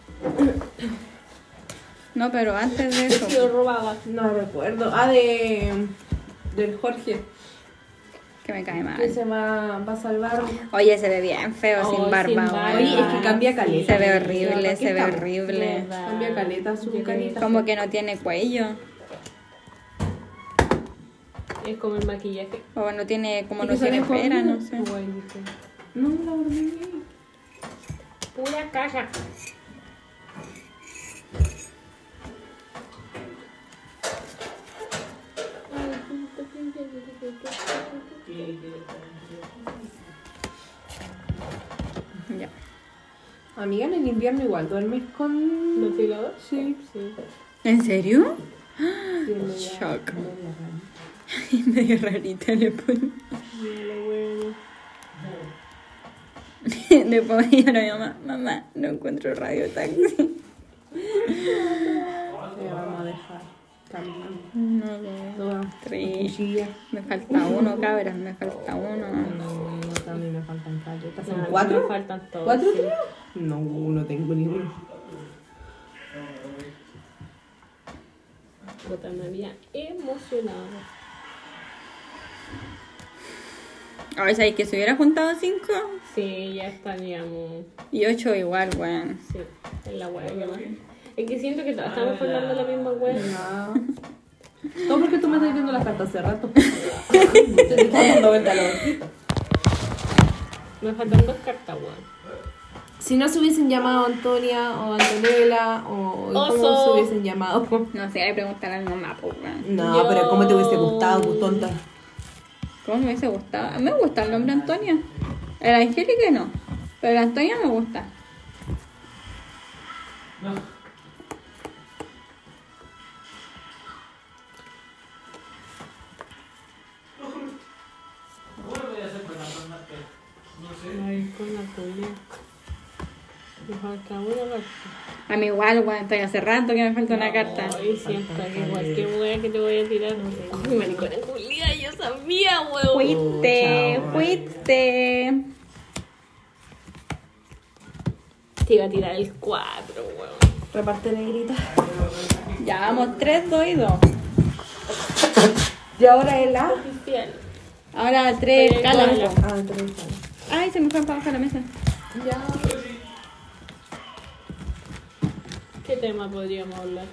Speaker 8: No, pero antes de
Speaker 2: Si lo
Speaker 8: eso,
Speaker 2: robaba.
Speaker 4: No recuerdo. Ah, de. del Jorge.
Speaker 8: que me cae mal.
Speaker 4: Que se va, va a salvar.
Speaker 8: Oye, se ve bien feo,
Speaker 2: Oh,
Speaker 8: sin barba.
Speaker 2: sin barba.
Speaker 8: weón.
Speaker 4: Oye, es que cambia caleta.
Speaker 8: Se ve horrible, se ve
Speaker 4: Está-
Speaker 8: horrible.
Speaker 4: Cambia caleta su carita.
Speaker 8: Como que no tiene cuello.
Speaker 2: Es como el maquillaje.
Speaker 8: O no tiene, como
Speaker 4: ¿Y
Speaker 8: no
Speaker 4: que se
Speaker 8: tiene
Speaker 4: ve jodido?
Speaker 8: pera, no sé.
Speaker 2: Bueno, dice,
Speaker 4: No, la dormí.
Speaker 2: Pura caja.
Speaker 8: Ya.
Speaker 4: Amiga, en el invierno igual, duermes con.
Speaker 2: ¿Ventilador?
Speaker 4: Sí.
Speaker 2: Sí.
Speaker 8: ¿En serio?
Speaker 4: sí, en media-
Speaker 8: Shock.
Speaker 4: media rama.
Speaker 8: Medio rarita le pone. Le ponía a la mamá, mamá, no encuentro radio taxi.
Speaker 4: Te vamos a dejar caminando.
Speaker 8: No, no.
Speaker 4: Toda
Speaker 8: Tres.
Speaker 4: cuchilla.
Speaker 8: Me falta uno, cabras, me falta uno.
Speaker 4: No, también me faltan calletas.
Speaker 2: No,
Speaker 4: ¿Son cuatro?
Speaker 2: Ah, me faltan todos.
Speaker 4: ¿Cuatro
Speaker 2: sí.
Speaker 4: tríos? No, no tengo ninguno.
Speaker 2: Puta, me había emocionado.
Speaker 8: A ver, ¿sabes que se hubiera juntado cinco?
Speaker 2: Sí, ya estaríamos.
Speaker 8: Y ocho igual, weón.
Speaker 2: Sí, en la web. Es que siento que todos estamos formando la misma web.
Speaker 4: No. No, porque tú me estás viendo las cartas hace rato. Te estoy dando vuelta la boquita.
Speaker 2: Me faltan dos cartas, weón.
Speaker 4: Si no se hubiesen llamado Antonia o Antonella o cómo
Speaker 2: Oso.
Speaker 4: se hubiesen llamado.
Speaker 8: No sé, hay que preguntarle al mamá, pues, weón.
Speaker 4: No,
Speaker 2: Yo-
Speaker 4: pero ¿cómo te hubiese gustado, pues, tonta?
Speaker 8: ¿Cómo me hubiese gustado? Me gusta el nombre Antonia. El Angélica no. Pero el Antonia me gusta.
Speaker 2: Maricona, culia. Me falta una carta.
Speaker 8: A mí igual, weón, estoy hace rato que me falta una carta.
Speaker 2: Ay, siento que cualquier wea que te voy a tirar. Ay, maricona, culia, yo sabía, weón.
Speaker 8: Fuiste, fuiste.
Speaker 2: Te iba a tirar el 4, weón.
Speaker 4: Reparte negrita.
Speaker 8: Ya vamos, 3, 2 y 2.
Speaker 4: Y ahora el A.
Speaker 2: Oficial.
Speaker 8: Ahora 3
Speaker 2: cala.
Speaker 8: escalas.
Speaker 4: Ah, treinta.
Speaker 8: Ay, se me fue para bajar la mesa.
Speaker 4: Ya.
Speaker 2: ¿Qué tema podríamos hablar?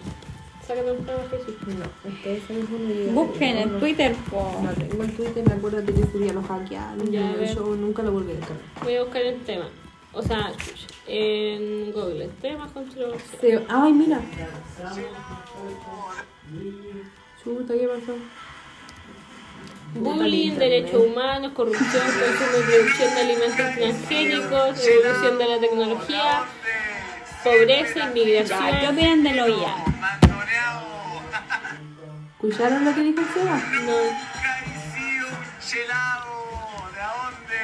Speaker 2: Sácate un tema, Jesús.
Speaker 4: No, ustedes saben cómo yo-
Speaker 8: Busquen en Twitter, po.
Speaker 4: No tengo el Twitter, me acuerdo que yo subía los hackeados.
Speaker 2: Ya, a ver.
Speaker 4: Yo nunca lo volví a descargar.
Speaker 2: Voy a buscar el tema. O sea, en Google, tema control.
Speaker 4: Se- Ay, mira. Chuta, ¿qué pasó?
Speaker 2: Bullying, derechos humanos, corrupción, consumo y producción de alimentos transgénicos, revolución de la tecnología, pobreza,
Speaker 8: Ya, ¿qué
Speaker 2: inmigración.
Speaker 8: opinan de lo ya?
Speaker 4: ¿Escucharon lo que dijo el
Speaker 2: No,
Speaker 4: Seba?
Speaker 9: Caricido, chelao, ¿de a dónde?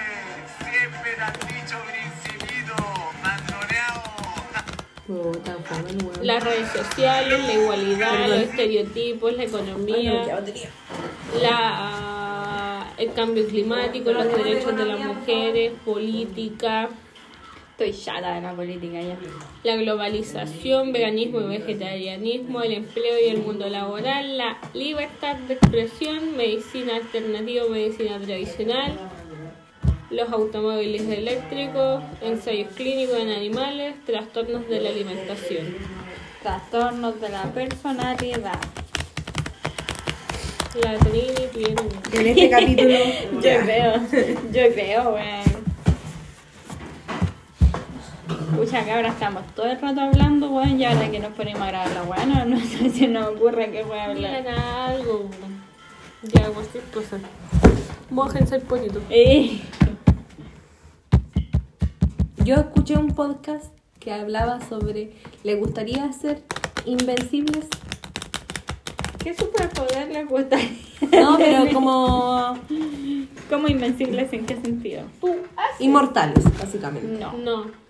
Speaker 9: Siempre te han dicho principito, mandoneado.
Speaker 4: Puta, fome el huevo.
Speaker 2: las redes sociales, la igualdad, los estereotipos, la economía, la, ah, el cambio climático, los derechos de las mujeres, política.
Speaker 8: Estoy chata de la política ya.
Speaker 2: la globalización, veganismo y vegetarianismo, el empleo y el mundo laboral, la libertad de expresión, medicina alternativa, medicina tradicional, los automóviles eléctricos, ensayos clínicos en animales, trastornos de la alimentación.
Speaker 8: Trastornos de la personalidad.
Speaker 2: La Trini tiene...
Speaker 3: En este capítulo.
Speaker 8: Yo creo, yo creo, weón. Pucha, que ahora estamos todo el rato hablando, weón, y ahora que nos ponemos a grabar la weá, no, no sé si nos ocurre que voy a hablar.
Speaker 2: Digan algo, ya cualquier cosa. Mójense el pollito.
Speaker 8: Eh,
Speaker 4: Yo escuché un podcast que hablaba sobre le gustaría ser invencibles.
Speaker 8: ¿Qué superpoder les gustaría?
Speaker 4: No, pero como
Speaker 8: ¿Cómo invencibles en qué sentido?
Speaker 4: inmortales, básicamente.
Speaker 8: No,
Speaker 2: ah, No,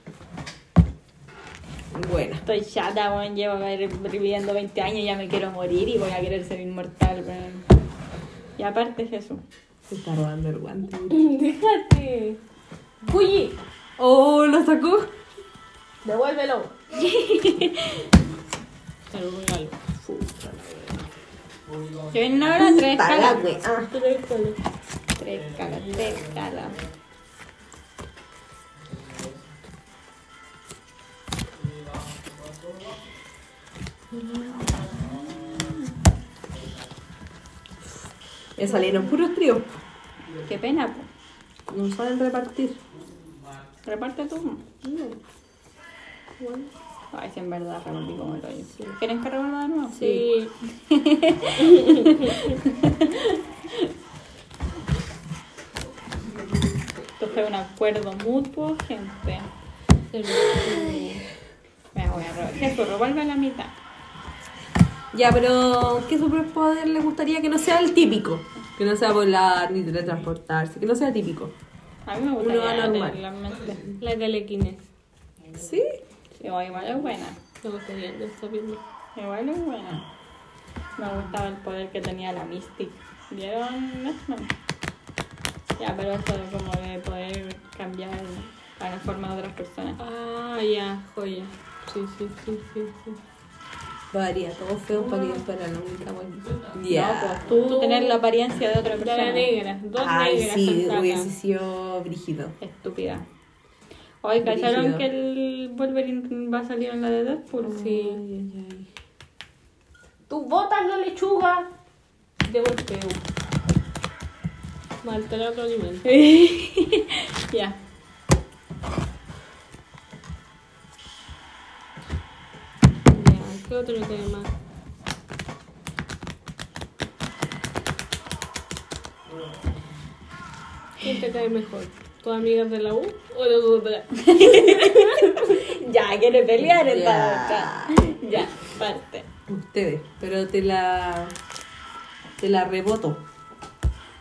Speaker 4: Bueno.
Speaker 8: estoy chata, weón, llevo ver- viviendo 20 años y Este ya me quiero morir y voy a querer ser inmortal, weón. Y aparte Jesús.
Speaker 4: Se está robando el guante.
Speaker 2: déjate. Cuyi,
Speaker 4: Oh, lo sacó.
Speaker 2: devuélvelo. Te lo regalo.
Speaker 8: Yo en una hora tres
Speaker 4: Puta la
Speaker 8: calas.
Speaker 4: wea. Ah,
Speaker 8: Tres calas, tres calas.
Speaker 4: Me salieron puros tríos.
Speaker 8: Qué pena, po.
Speaker 4: No saben repartir.
Speaker 8: Reparte tú. Ay, sí, en verdad, revolví como el hoyo. ¿Quieren que revuelva de nuevo?
Speaker 2: Sí.
Speaker 8: Esto fue un acuerdo mutuo, gente. Me voy a robar. Jesús, revuelve la mitad.
Speaker 4: Ya, pero ¿qué superpoder les gustaría que no sea el típico? Que no sea volar ni teletransportarse, que no sea típico.
Speaker 8: A mí me
Speaker 4: Uno
Speaker 8: gustaría
Speaker 4: anormal.
Speaker 8: tener la mente.
Speaker 2: La telequinesis.
Speaker 4: ¿Sí?
Speaker 8: Igual, igual es buena.
Speaker 2: Me gustaría andar sabiendo.
Speaker 8: Igual es buena. Me gustaba el poder que tenía la Mystic. ¿Vieron X-Men? Ya, pero eso es como de poder cambiar a la forma de otras personas.
Speaker 2: Ah, ya, joya. Sí, sí, sí, sí. sí.
Speaker 4: Lo haría todo feo para que yo fuera la única bonita. Ya.
Speaker 8: No, pues, tú, tener la apariencia de otra
Speaker 2: La
Speaker 8: persona.
Speaker 2: negra, dos
Speaker 4: Ay,
Speaker 2: negras.
Speaker 4: sí,
Speaker 2: con
Speaker 4: hubiese
Speaker 2: caca.
Speaker 4: sido brígido.
Speaker 8: Estúpida. Hoy cacharon
Speaker 4: Brígido.
Speaker 8: que el Wolverine va a salir en la de Deadpool.
Speaker 2: Sí. Tú botas la lechuga de golpeo. Maltrato animal.
Speaker 8: ya.
Speaker 2: Ya, ¿qué otro tema? ¿Quién te cae mejor? ¿Tus amigas de la U o los dos de la
Speaker 8: Ya, quiere pelear
Speaker 4: esta
Speaker 8: boca. Ya, parte.
Speaker 4: Ustedes, pero te la. Te la reboto.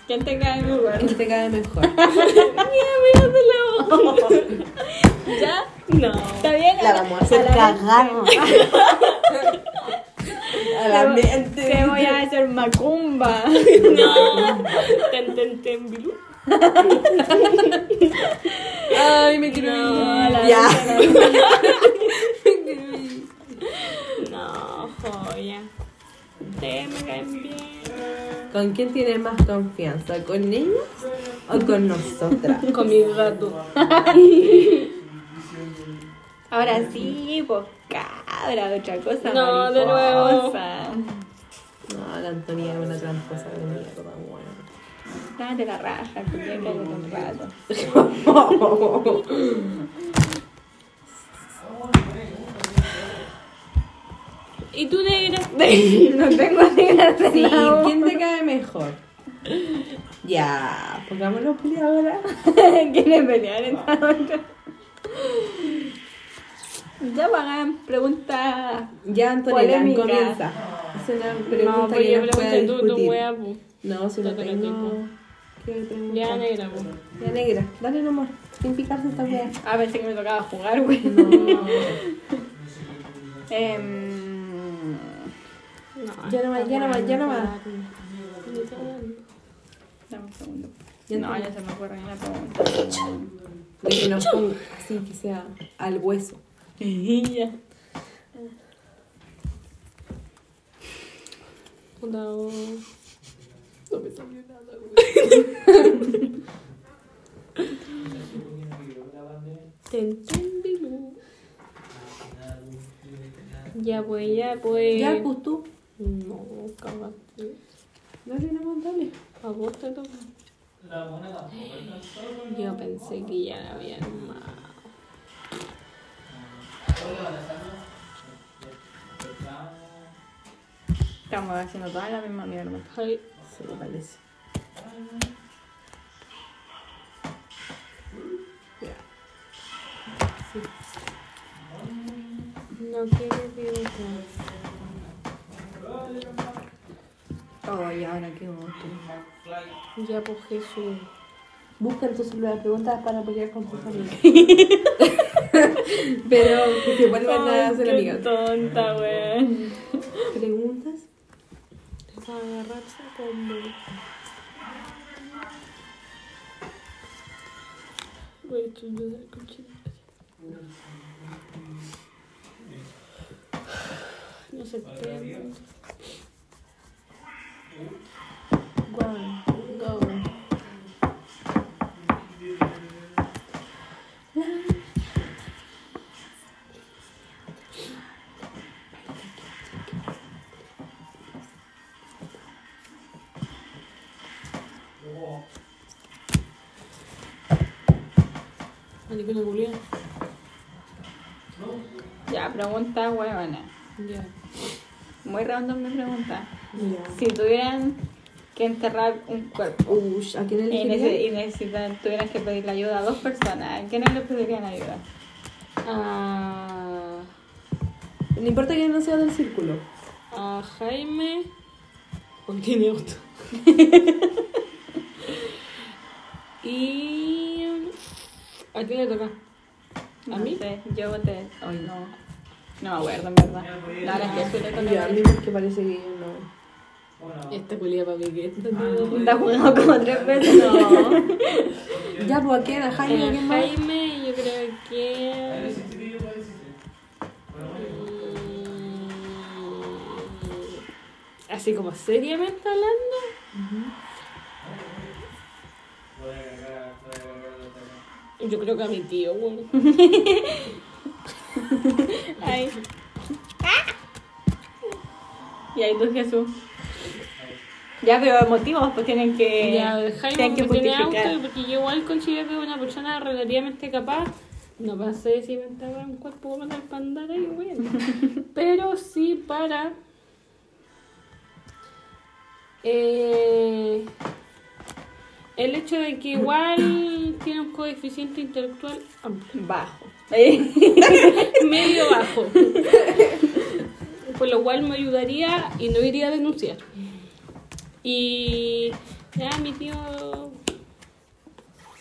Speaker 8: ¿Quién te cae mejor?
Speaker 4: ¿Quién te cae mejor?
Speaker 8: ¿Ya? No. ¿Está bien?
Speaker 4: La vamos a hacer cagar. A la mente.
Speaker 8: Te voy a hacer macumba.
Speaker 2: No. Ten, ten, ten, bilú.
Speaker 4: Ay, me quiero
Speaker 8: No, la
Speaker 4: Ya.
Speaker 2: No, joya. Te me caen bien.
Speaker 4: ¿Con quién tienes más confianza? ¿Con ellos o con nosotras?
Speaker 2: Con mi gato.
Speaker 8: Ahora sí, pues cabra, otra cosa.
Speaker 2: No, de nuevo.
Speaker 8: mariposa.
Speaker 4: No, la Antonia es una tramposa de mierda, weón.
Speaker 8: Date la raja, que te caigo un rato.
Speaker 2: ¿Y tú, negra?
Speaker 8: No tengo negras de
Speaker 4: Sí,
Speaker 8: la U.
Speaker 4: ¿quién te cae mejor? Ya, pongámonos peleadora.
Speaker 8: ¿Quieres pelear esta otra? Ya pagan preguntas.
Speaker 4: Ya, Antonella,
Speaker 8: Polémica.
Speaker 4: comienza. Es una
Speaker 2: No,
Speaker 4: pregunta
Speaker 2: pues
Speaker 4: que
Speaker 2: yo
Speaker 4: no pueda
Speaker 2: pregunté tú, tu
Speaker 4: discutir.
Speaker 2: wea, pu.
Speaker 4: No, si no
Speaker 2: Tócale
Speaker 4: tengo... ¿Qué pregunta?
Speaker 2: Ya, negra, pu.
Speaker 4: Ya, negra. Dale nomás, sin picarse esta wea.
Speaker 8: Ah, pensé que me tocaba jugar, güey. Em,
Speaker 2: No,
Speaker 4: Ya nomás, ya nomás, ya nomás.
Speaker 8: dame un segundo.
Speaker 4: Ya
Speaker 8: no,
Speaker 4: entendí.
Speaker 8: ya se me ocurre la pregunta.
Speaker 4: De que nos ponga así, que sea al hueso.
Speaker 8: Ya.
Speaker 2: No.
Speaker 4: Ay,
Speaker 2: Ya pues, ya pues.
Speaker 8: Ya, pues tú.
Speaker 2: No, cagaste.
Speaker 4: Dale, no, dale.
Speaker 2: A vos te toca.
Speaker 10: La mona tampoco es tan solo.
Speaker 2: Yo pensé que ya la había armado.
Speaker 10: Hola, Alessandra. Despertamos.
Speaker 8: Estamos haciendo toda la misma mierda.
Speaker 2: Ay,
Speaker 4: Se me parece.
Speaker 2: no quiero dibujar.
Speaker 8: Oh, y ahora qué gusto.
Speaker 2: Ya pues Jesús.
Speaker 4: Busca en tu celular preguntas para apoyar con tus amigos. Pero que se vuelvan a hacer
Speaker 2: Ay,
Speaker 4: amigas.
Speaker 2: tonta, weón.
Speaker 4: Preguntas.
Speaker 2: Agarrarse a combo. Güey, tú no sabes con chile. No se prende. One, go. Maricona culia.
Speaker 8: Ya, pregunta huevona.
Speaker 2: Ya.
Speaker 8: Muy random mi pregunta. Si tuvieran que enterrar un cuerpo
Speaker 4: Ush, ¿a quién
Speaker 8: y,
Speaker 4: elegirías?
Speaker 8: nece- y necesitan, tuvieran que pedirle ayuda a dos personas, ¿a quiénes le pedirían ayuda?
Speaker 2: A,
Speaker 4: No importa que no sea del círculo.
Speaker 2: a Jaime. Porque tiene auto. y. ¿A quién le toca? ¿A
Speaker 8: No
Speaker 2: mí?
Speaker 8: sé, yo voté. Hoy no. No me acuerdo, en verdad. La verdad es que suele tocar.
Speaker 4: Ya, a mí porque parece que no.
Speaker 2: Esta culia para mí que esta
Speaker 8: Está jugando como tres veces. No. Eh,
Speaker 4: Ya, pues a quién, a Jaime, a quién más.
Speaker 2: Eh, Jaime, yo creo que.
Speaker 10: Ese chiquillo puede existir.
Speaker 2: Mm, Así como seriamente hablando,
Speaker 10: Puede cagar, puede cagar, puede cagar.
Speaker 2: yo creo que a mi tío, weón.
Speaker 8: Ay. Y ahí tú, Jesús. Ya, pero motivos, pues tienen que.
Speaker 2: Ya, el Jaime
Speaker 8: tienen que
Speaker 2: porque tiene
Speaker 8: justificar.
Speaker 2: auto, porque yo igual considero que es una persona relativamente capaz. No pasé si me entraba un cuerpo humano al pandar ahí, weón. Pero sí para. eh, el hecho de que igual tiene un coeficiente intelectual amplio.
Speaker 8: Bajo.
Speaker 2: medio bajo. Por lo cual me ayudaría y no iría a denunciar. Y ya mi tío.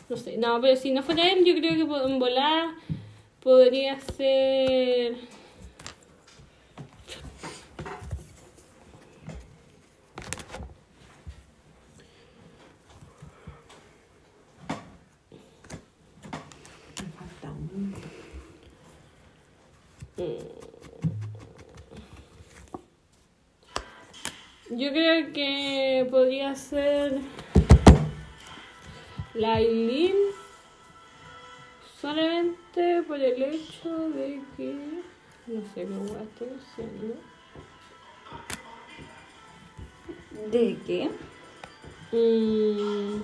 Speaker 2: No sé, no, pero si no fuera él, yo creo que po- en volar podría ser. Yo creo que podría ser la Aileen solamente por el hecho de que no sé qué hueá estoy haciendo.
Speaker 8: ¿De qué?
Speaker 2: Mm,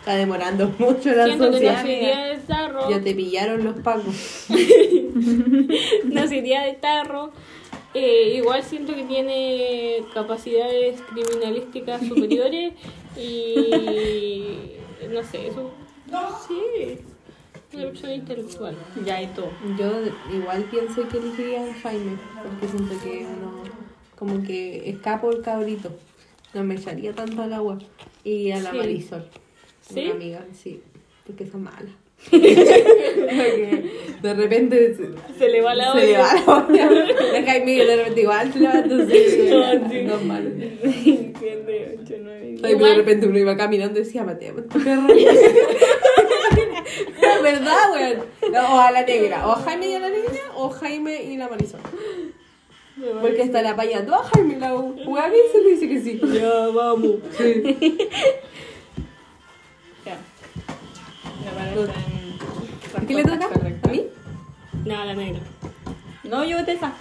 Speaker 4: Está demorando mucho la
Speaker 2: siento que no
Speaker 4: sociedad.
Speaker 2: sería de tarro,
Speaker 4: Ya te pillaron los pacos.
Speaker 2: no sería de tarro. Eh, igual siento que tiene capacidades criminalísticas superiores y no sé, eso sí, una persona intelectual.
Speaker 8: Ya, y tú.
Speaker 4: Yo igual pienso que elegiría a Jaime, porque siento que no, como que escapo el cabrito. No me echaría tanto al agua. Y a la
Speaker 2: Sí.
Speaker 4: Marisol,
Speaker 2: ¿Sí?
Speaker 4: una amiga, sí, porque son malas. Porque de repente se,
Speaker 2: Se le va la
Speaker 4: se le
Speaker 2: olla.
Speaker 4: va la olla. De Jaime que de repente igual se le va, entonces
Speaker 2: No, sí.
Speaker 4: no es malo.
Speaker 8: Siete, ocho, nueve, diez.
Speaker 4: Ay, pero de repente uno iba caminando y decía, Mateo, tu perro. La verdad, weón. No, o a la negra. O a Jaime y a la negra, o Jaime y la Marisol. Porque está la paya toda Jaime, la weá que se le dice que sí. Ya, vamos. Sí.
Speaker 8: Ya. Me parecen
Speaker 4: ¿Qué le toca?
Speaker 8: respuestas correctas.
Speaker 4: ¿A mí?
Speaker 2: Nada, la negra.
Speaker 8: No, yo te esa.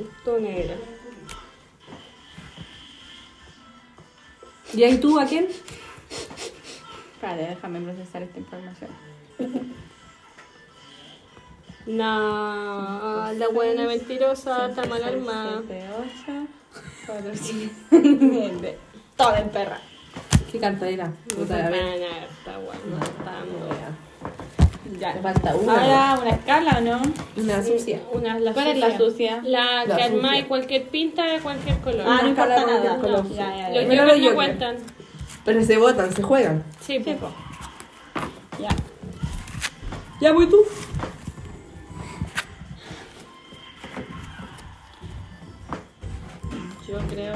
Speaker 2: Esto negra.
Speaker 8: ¿Y ahí tú a quién? Vale, déjame procesar esta información.
Speaker 2: No, la buena mentirosa está mal armada.
Speaker 8: 7, 8, 4, 7. Todo en perra.
Speaker 4: Qué cantadera.
Speaker 2: No
Speaker 4: Puta, a ver.
Speaker 2: está bueno, está muy buena.
Speaker 4: Me
Speaker 8: Ya.
Speaker 4: falta una.
Speaker 8: Ahora una escala, ¿o ¿no?
Speaker 4: Una sucia.
Speaker 2: Una, la
Speaker 8: ¿Cuál es la sucia?
Speaker 2: La,
Speaker 4: La
Speaker 2: que armáis
Speaker 4: sucia.
Speaker 2: cualquier pinta de cualquier color.
Speaker 8: Ah, no
Speaker 4: escala
Speaker 8: importa
Speaker 4: de
Speaker 8: nada.
Speaker 4: color.
Speaker 8: No, ya, ya,
Speaker 2: Los
Speaker 4: Menos
Speaker 8: ya.
Speaker 2: yogures
Speaker 4: los
Speaker 2: no
Speaker 4: yogures.
Speaker 2: cuentan.
Speaker 4: Pero se votan, se juegan.
Speaker 2: Sí,
Speaker 8: Sí,
Speaker 2: pues.
Speaker 8: po. Ya.
Speaker 4: Ya voy tú.
Speaker 8: Yo creo.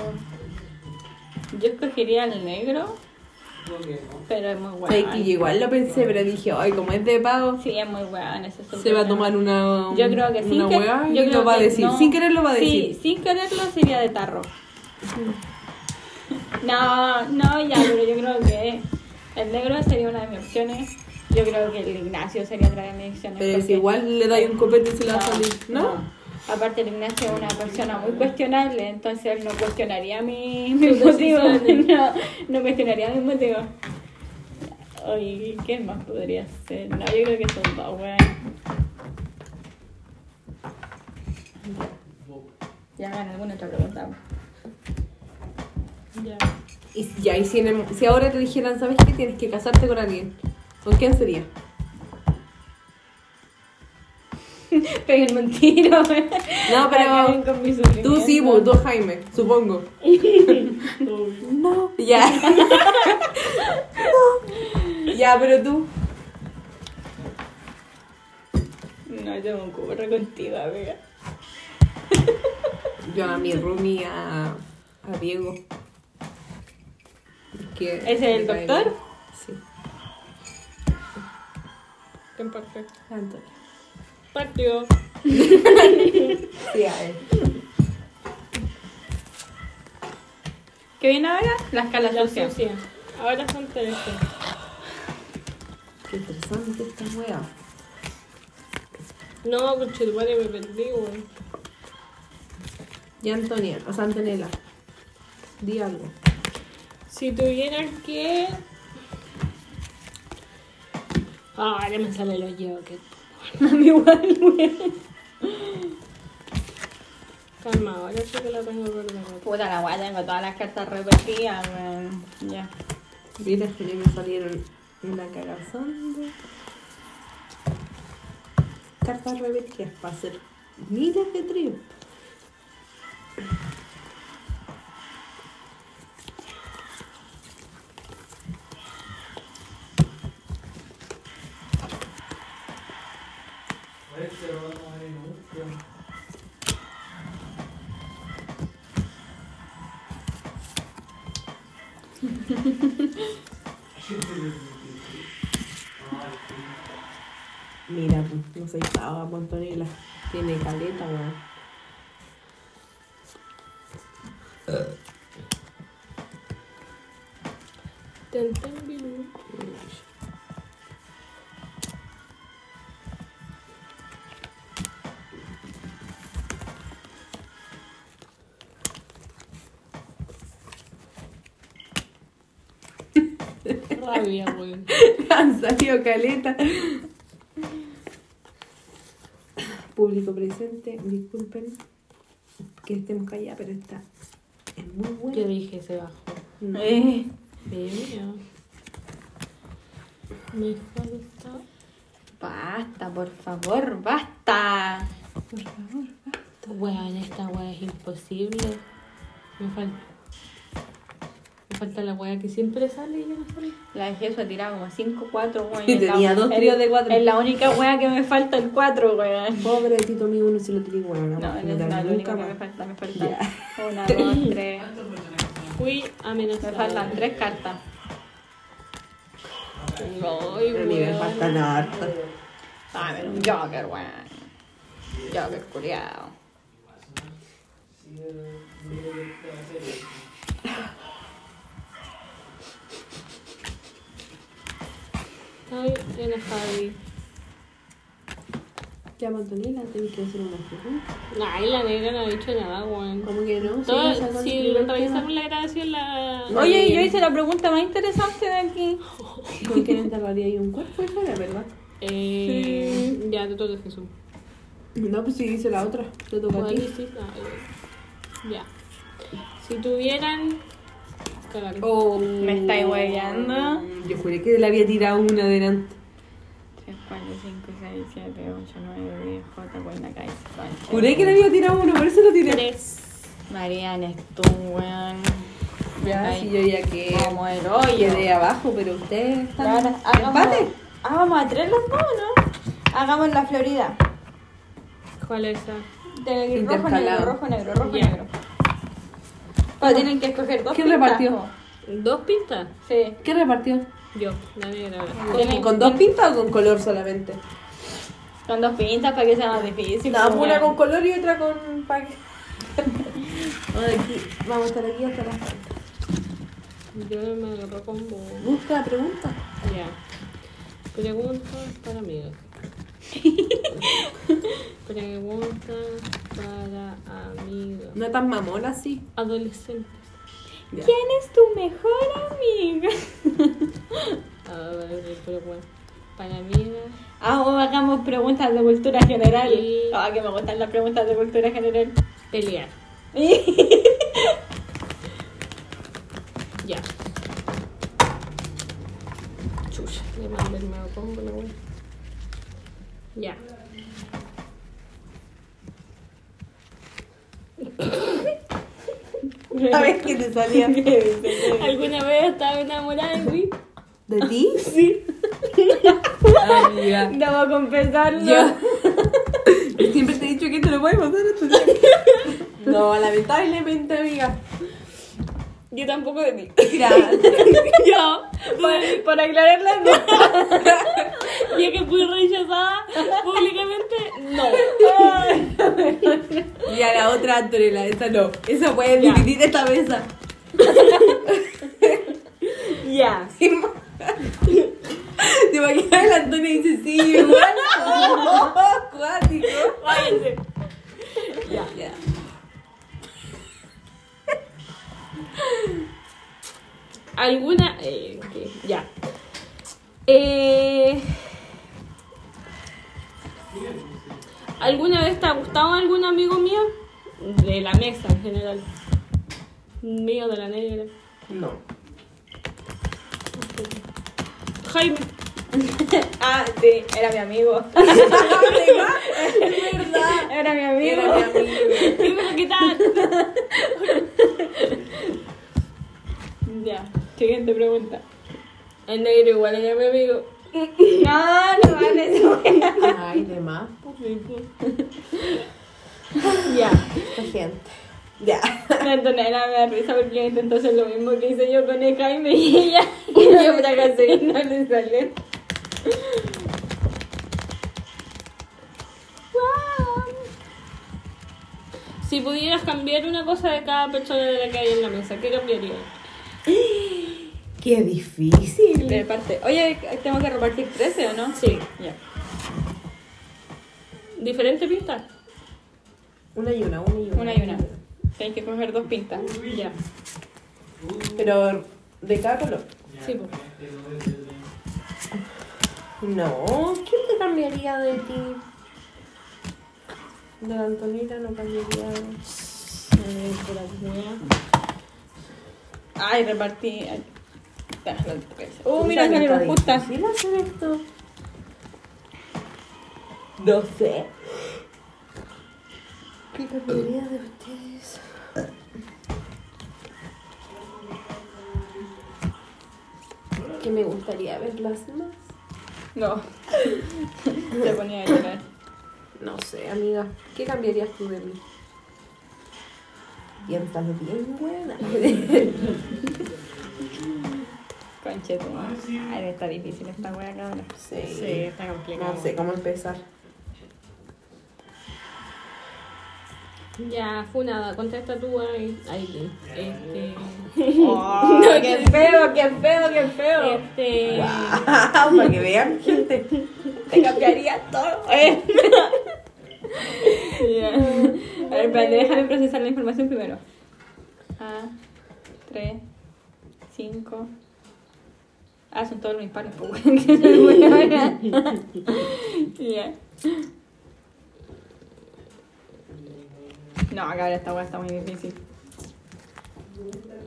Speaker 8: Yo escogería el negro, pero es muy
Speaker 4: Sé
Speaker 8: bueno.
Speaker 4: que yo igual lo pensé, pero dije, ay, como es de pago,
Speaker 8: Sí, es muy bueno. Ese es un
Speaker 4: se va a
Speaker 8: problema.
Speaker 4: tomar una.
Speaker 8: Yo creo que sin
Speaker 4: Una
Speaker 8: querer.
Speaker 4: hueá
Speaker 8: yo
Speaker 4: y
Speaker 8: creo
Speaker 4: lo va a
Speaker 8: que
Speaker 4: decir.
Speaker 8: no.
Speaker 4: Sin querer lo va a decir.
Speaker 8: Sí, sin quererlo sería de tarro. No, no, ya, pero yo creo que el negro sería una de mis opciones. Yo creo que el Ignacio sería otra de mis opciones.
Speaker 4: Pero si
Speaker 8: porque-
Speaker 4: igual le dais un copete y se le va a salir. ¿No?
Speaker 8: Aparte, el Ignacio es una persona muy cuestionable, entonces él no cuestionaría mi- mis motivos. No, no cuestionaría mis motivos. Oye, ¿qué más podría ser? No, yo creo que son dos, weón. Ya hagan alguna otra pregunta.
Speaker 2: Ya.
Speaker 4: Y si- ya, y si, en el- si ahora te dijeran, ¿sabes qué? Tienes que casarte con alguien. ¿Con quién sería?
Speaker 8: Pero el mentiro, weón.
Speaker 4: No,
Speaker 8: Para que
Speaker 4: pero.
Speaker 8: ven con mi
Speaker 4: Tú sí,
Speaker 8: sufrimiento.
Speaker 4: vos, tú Jaime, supongo. no. Ya. Ya, pero tú.
Speaker 8: No, yo me ocurro contigo, amiga.
Speaker 4: Yo a mi Rumi, a, a Diego. Que
Speaker 8: ¿Ese es el
Speaker 4: me cae
Speaker 8: doctor?
Speaker 4: bien. Sí.
Speaker 2: ¿Quién partió?
Speaker 4: Antonio.
Speaker 2: Partió.
Speaker 4: Sí, a él.
Speaker 8: ¿Qué viene ahora? La escala
Speaker 2: La
Speaker 8: social.
Speaker 2: sucia. Ahora son tres.
Speaker 4: Qué interesante esta wea.
Speaker 2: No, con chilbare me perdí, güey.
Speaker 4: Ya Antonia, o sea, Antonella. Di algo.
Speaker 2: Si tuvieras que. Ah, ahora me sale los yogures.
Speaker 8: Igual, weón.
Speaker 2: Calma, ahora sí que la tengo perdida.
Speaker 8: Puta la guay, tengo todas las cartas repetidas, weón. Ya.
Speaker 4: Mira que me salieron una cagazón de cartas repetidas para hacer miles de tríos. Mira, pues, no soy pava, pues, Antonella. Tiene caleta, weón.
Speaker 2: Ten, ten, bilú. Rabia, güey.
Speaker 4: Han salido caleta. Público presente, disculpen que estemos callados, pero está. Es muy
Speaker 2: Yo
Speaker 4: bueno.
Speaker 2: dije, se bajó.
Speaker 8: Eh,
Speaker 2: Mira. Me falta.
Speaker 8: basta, por favor, basta. Por favor.
Speaker 2: Weón, esta weá es imposible. Me falta. Me falta la weá que siempre sale y ya no sale.
Speaker 8: La dejé su tirada como 5, 4, weón.
Speaker 4: Y tenía dos tríos de cuatro.
Speaker 8: Es la única weá que me falta el 4, weón.
Speaker 4: Pobre Tito mío, uno se lo tiene bueno.
Speaker 8: No, es no, la única que me falta, me falta.
Speaker 4: Ya.
Speaker 8: Una, dos, tres.
Speaker 2: Fui
Speaker 8: Me
Speaker 2: amenazada.
Speaker 8: faltan tres cartas.
Speaker 2: Ay,
Speaker 4: A mí me
Speaker 2: weón.
Speaker 4: faltan hartas.
Speaker 8: Ah, pero un Joker, weón. Joker curiado.
Speaker 2: Estoy enojada.
Speaker 4: Ya, Antonella, tenés que hacer una pregunta.
Speaker 2: Nah, y la negra no ha dicho nada, weón.
Speaker 4: ¿Cómo que no?
Speaker 8: Ah,
Speaker 2: Todo-
Speaker 4: Sí, sacó el
Speaker 2: si
Speaker 4: primer
Speaker 2: revisamos la grabación, la.
Speaker 8: Oye, y yo hice la pregunta más interesante de aquí.
Speaker 4: tema. ¿Con quién enterraría ahí un cuerpo? Esa era, ¿verdad?
Speaker 2: Eh, Ya, te toca Jesús.
Speaker 4: No, pues sí, dice la otra. Te toca a
Speaker 2: Bueno,
Speaker 4: ti.
Speaker 2: sí, ah, eh, Ya. Si tuvieran. Cagaron.
Speaker 4: Oh,
Speaker 8: Me estáis hueveando.
Speaker 4: Yo juré que le había tirado una delante.
Speaker 8: 3, 4, 5, 6, 7, 8, 9, 10, J, Buena Caixa,
Speaker 4: Juré que le había tirado una, por eso lo tiré.
Speaker 2: Tres.
Speaker 8: Mariana, es tú, weón.
Speaker 4: Ya,
Speaker 8: Ay.
Speaker 4: sí, yo ya que
Speaker 8: Como el hoyo.
Speaker 4: quedé abajo, pero ustedes están.
Speaker 8: Ahora, hagamos,
Speaker 4: ¡Empate!
Speaker 8: Ah, vamos a tres los dos, ¿no? Hagamos la Florida.
Speaker 2: ¿Cuál es esa?
Speaker 8: Del rojo, negro,
Speaker 4: Intercalado.
Speaker 8: rojo, negro, rojo,
Speaker 2: Ya.
Speaker 8: negro. Pero tienen que escoger dos
Speaker 4: ¿Quién
Speaker 8: pintas,
Speaker 4: repartió?
Speaker 8: po.
Speaker 2: ¿Dos pistas?
Speaker 8: Sí.
Speaker 4: ¿Qué repartió?
Speaker 2: Yo, la negra. ahora.
Speaker 4: ¿Con, con dos pintas o con color solamente?
Speaker 8: Con dos pintas para que sea más difícil.
Speaker 4: No,
Speaker 8: po,
Speaker 4: una
Speaker 8: weón.
Speaker 4: con color y otra con paquete. aquí. Vamos a estar aquí hasta las tantas.
Speaker 2: Yo me agarró con vos.
Speaker 4: Busca la pregunta.
Speaker 2: Ya. Preguntas para amigos. Preguntas para amigos.
Speaker 4: No tan mamona así.
Speaker 2: Adolescentes.
Speaker 4: Ya.
Speaker 8: ¿Quién es tu mejor amiga?
Speaker 2: A ver, pero bueno. Para amigas.
Speaker 8: Ah, o hagamos preguntas de cultura general.
Speaker 2: Sí.
Speaker 8: Ah, que me gustan las preguntas de cultura general.
Speaker 2: Pelear. Ya. Chucha. Le mandé el nuevo combo, la wea. Ya.
Speaker 4: ¿Sabes qué te salía?
Speaker 2: ¿Alguna vez estaba enamorada de mí?
Speaker 4: ¿De ti?
Speaker 8: sí,
Speaker 4: Amiga.
Speaker 8: debo confesarlo.
Speaker 4: Yo. Siempre te he dicho que te lo puede pasar a tu No, lamentablemente, amiga.
Speaker 8: Yo tampoco de ti.
Speaker 4: Gracias.
Speaker 8: Yo, para, para aclarar las dudas.
Speaker 2: Ya que fui rechazada públicamente, no.
Speaker 4: Y a la otra, Antonella, esa no. Esa puede
Speaker 2: Ya.
Speaker 4: dividir esta mesa.
Speaker 8: Ya.
Speaker 4: ¿Te imaginas el Antonio y dice sí, igual? Cuático.
Speaker 2: Váyanse.
Speaker 4: Ya.
Speaker 2: ¿Alguna? eh, ok, ya. Eh, ¿Alguna vez te ha gustado algún amigo mío? De la mesa en general. Mío de la negra.
Speaker 3: No.
Speaker 2: Jaime. Ah,
Speaker 8: Ah, sí, era mi amigo. Era mi amigo.
Speaker 4: Era mi amigo.
Speaker 2: Dime qué tal.
Speaker 8: Ya, siguiente pregunta.
Speaker 2: El negro igual era mi amigo.
Speaker 8: No, no vale eso.
Speaker 4: Ay, de más. pues,
Speaker 2: Ya.
Speaker 4: Esta gente. Ya.
Speaker 8: La Antonella me da risa porque ella intentó hacer lo mismo que hice yo con el Jaime y ella. Y yo fracasé y no le salió.
Speaker 2: Si pudieras cambiar una cosa de cada persona de la que hay en la mesa, ¿qué cambiaría?
Speaker 4: Qué difícil.
Speaker 8: Reparte. Oye, tengo que repartir 13 o no?
Speaker 2: Sí.
Speaker 8: Ya.
Speaker 2: ¿Diferente pinta?
Speaker 4: Una y una, una y una.
Speaker 8: Una y una. Tienes que coger dos pintas.
Speaker 2: Ya.
Speaker 4: Pero de cada color.
Speaker 2: Sí, po.
Speaker 4: No, ¿quién te cambiaría de ti? De la Antonita no cambiaría.
Speaker 8: Ay, repartí. Ay. Ya, no te puedes. Uh, mira, salieron justas.
Speaker 4: ¿Sí hacen esto? No sé. ¿Qué cambiaría de ustedes? Que me gustaría verlas más.
Speaker 8: No. Te ponía a llorar.
Speaker 4: No sé, amiga. ¿Qué cambiarías tú de mí? Y estás bien buena.
Speaker 8: Concheto. Ay, está difícil esta wea, cabrón.
Speaker 4: sí.
Speaker 8: está complicado.
Speaker 4: No sé cómo empezar.
Speaker 2: Ya, Funada, contesta tú a Aileen. Este.
Speaker 3: no, qué feo, qué feo, qué feo.
Speaker 4: Eh,
Speaker 2: Este.
Speaker 3: Para que vean, gente.
Speaker 4: Te cambiaría todo.
Speaker 8: Eh. Ya. A ver, espérate, déjame procesar la información primero. A, 3, 5. Ah, son todos los impares, po, weón, que se me fue ahora. Ya. No, cabrón, esta weá está muy difícil.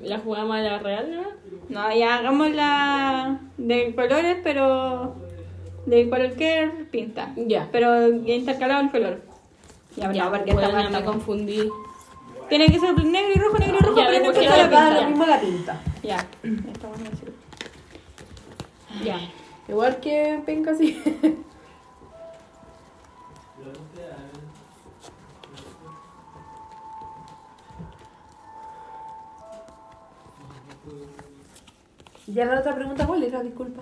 Speaker 2: La jugamos a la real, ¿no?
Speaker 8: No, ya hagámosla de colores, pero de cualquier pinta.
Speaker 2: Ya.
Speaker 8: Pero intercalado el color. Ya,
Speaker 2: Ya,
Speaker 8: no, porque
Speaker 2: bueno,
Speaker 8: esta weá
Speaker 2: me
Speaker 8: está muy-
Speaker 2: confundí.
Speaker 8: Tiene que ser negro y rojo, negro y rojo,
Speaker 2: Ya,
Speaker 8: pero no
Speaker 2: porque
Speaker 8: importa la
Speaker 2: va
Speaker 8: pinta.
Speaker 3: lo mismo la pinta.
Speaker 8: Ya, esta buena me sirve.
Speaker 2: Ya.
Speaker 4: Igual que penca así. Ya la otra pregunta, ¿cuál era? Disculpa.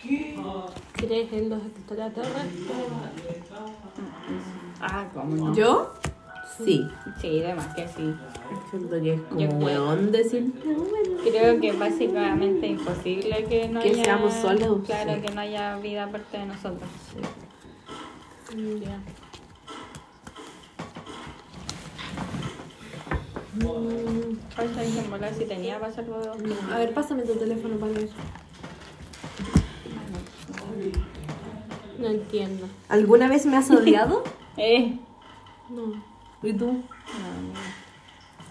Speaker 2: ¿Crees en los extraterrestres?
Speaker 8: Ah, ¿cómo no?
Speaker 3: ¿Yo? Sí.
Speaker 8: Sí, además que sí.
Speaker 3: Siento que es
Speaker 8: Yo
Speaker 3: como
Speaker 8: creo.
Speaker 3: weón decirte.
Speaker 8: Creo que básicamente es imposible que
Speaker 4: Ah,
Speaker 8: no
Speaker 3: Que
Speaker 8: haya...
Speaker 3: seamos solos,
Speaker 8: Claro,
Speaker 3: sí.
Speaker 8: que no haya vida aparte de nosotros.
Speaker 2: Ya.
Speaker 8: Por eso dije, en volar si tenía para hacerlo de dos.
Speaker 4: A ver, pásame tu teléfono para ver.
Speaker 2: No entiendo.
Speaker 3: ¿Alguna vez me has odiado?
Speaker 8: Eh,
Speaker 2: No.
Speaker 3: ¿Y tú?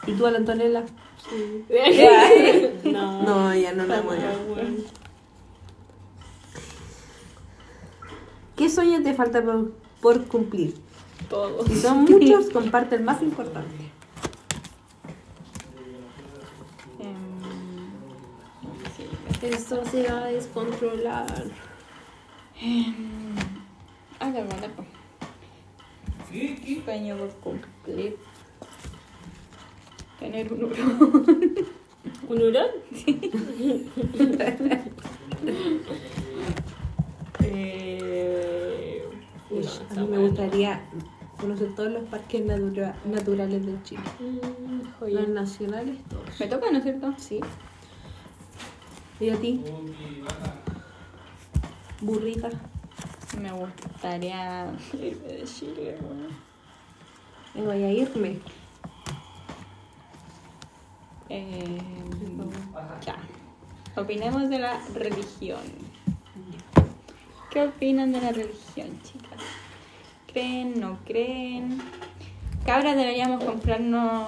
Speaker 3: ¿Y tú a la Antonella?
Speaker 2: Sí.
Speaker 3: No, no ya no
Speaker 4: Ah,
Speaker 3: la odiado. ¿Qué sueño te falta por, por cumplir?
Speaker 8: todo.
Speaker 3: Si son muchos, comparte el más importante.
Speaker 8: Em, sí.
Speaker 4: Esto se va a descontrolar.
Speaker 8: Em, Ah, la verdad, pues. Sueño por cumplir. Tener un hurón.
Speaker 2: ¿Un hurón?
Speaker 8: eh...
Speaker 2: No,
Speaker 4: Uy, a
Speaker 2: está
Speaker 4: mí me
Speaker 2: bueno.
Speaker 4: gustaría conocer todos los parques natura- naturales de Chile.
Speaker 2: Mm, joya.
Speaker 4: Los nacionales, todos.
Speaker 8: Me toca, ¿no es cierto?
Speaker 4: Sí. ¿Y a ti? Burrita.
Speaker 8: Me gustaría irme de Chile, weón.
Speaker 4: Vengo a irme.
Speaker 8: Eh, ya. Opinemos de la religión. ¿Qué opinan de la religión, chicas? ¿Creen, no creen? Cabras, deberíamos comprarnos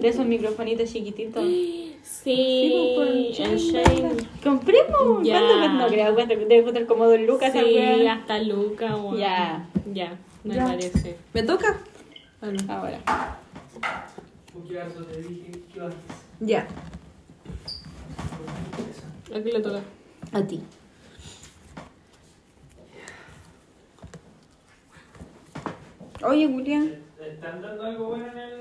Speaker 8: de esos microfonitos chiquititos.
Speaker 2: Sí,
Speaker 4: Sí,
Speaker 2: en
Speaker 4: pues, por
Speaker 2: Shane.
Speaker 8: ¿Compremos?
Speaker 2: Ya.
Speaker 8: ¿Cuánto? No
Speaker 2: Pues
Speaker 8: creo, cuesta- debe costar como dos lucas. esa
Speaker 2: Sí,
Speaker 8: wea.
Speaker 2: hasta Luca, weón.
Speaker 8: Ya.
Speaker 2: Ya, me
Speaker 4: Ya.
Speaker 2: parece.
Speaker 3: ¿Me toca?
Speaker 4: Ah, no.
Speaker 8: Ahora.
Speaker 6: Cuqueazo, te dije, ¿qué vas a hacer?
Speaker 3: Ya,
Speaker 2: Aquí le toca.
Speaker 3: a ti.
Speaker 8: Oye, Julián.
Speaker 6: ¿Te ¿Están dando algo bueno en el,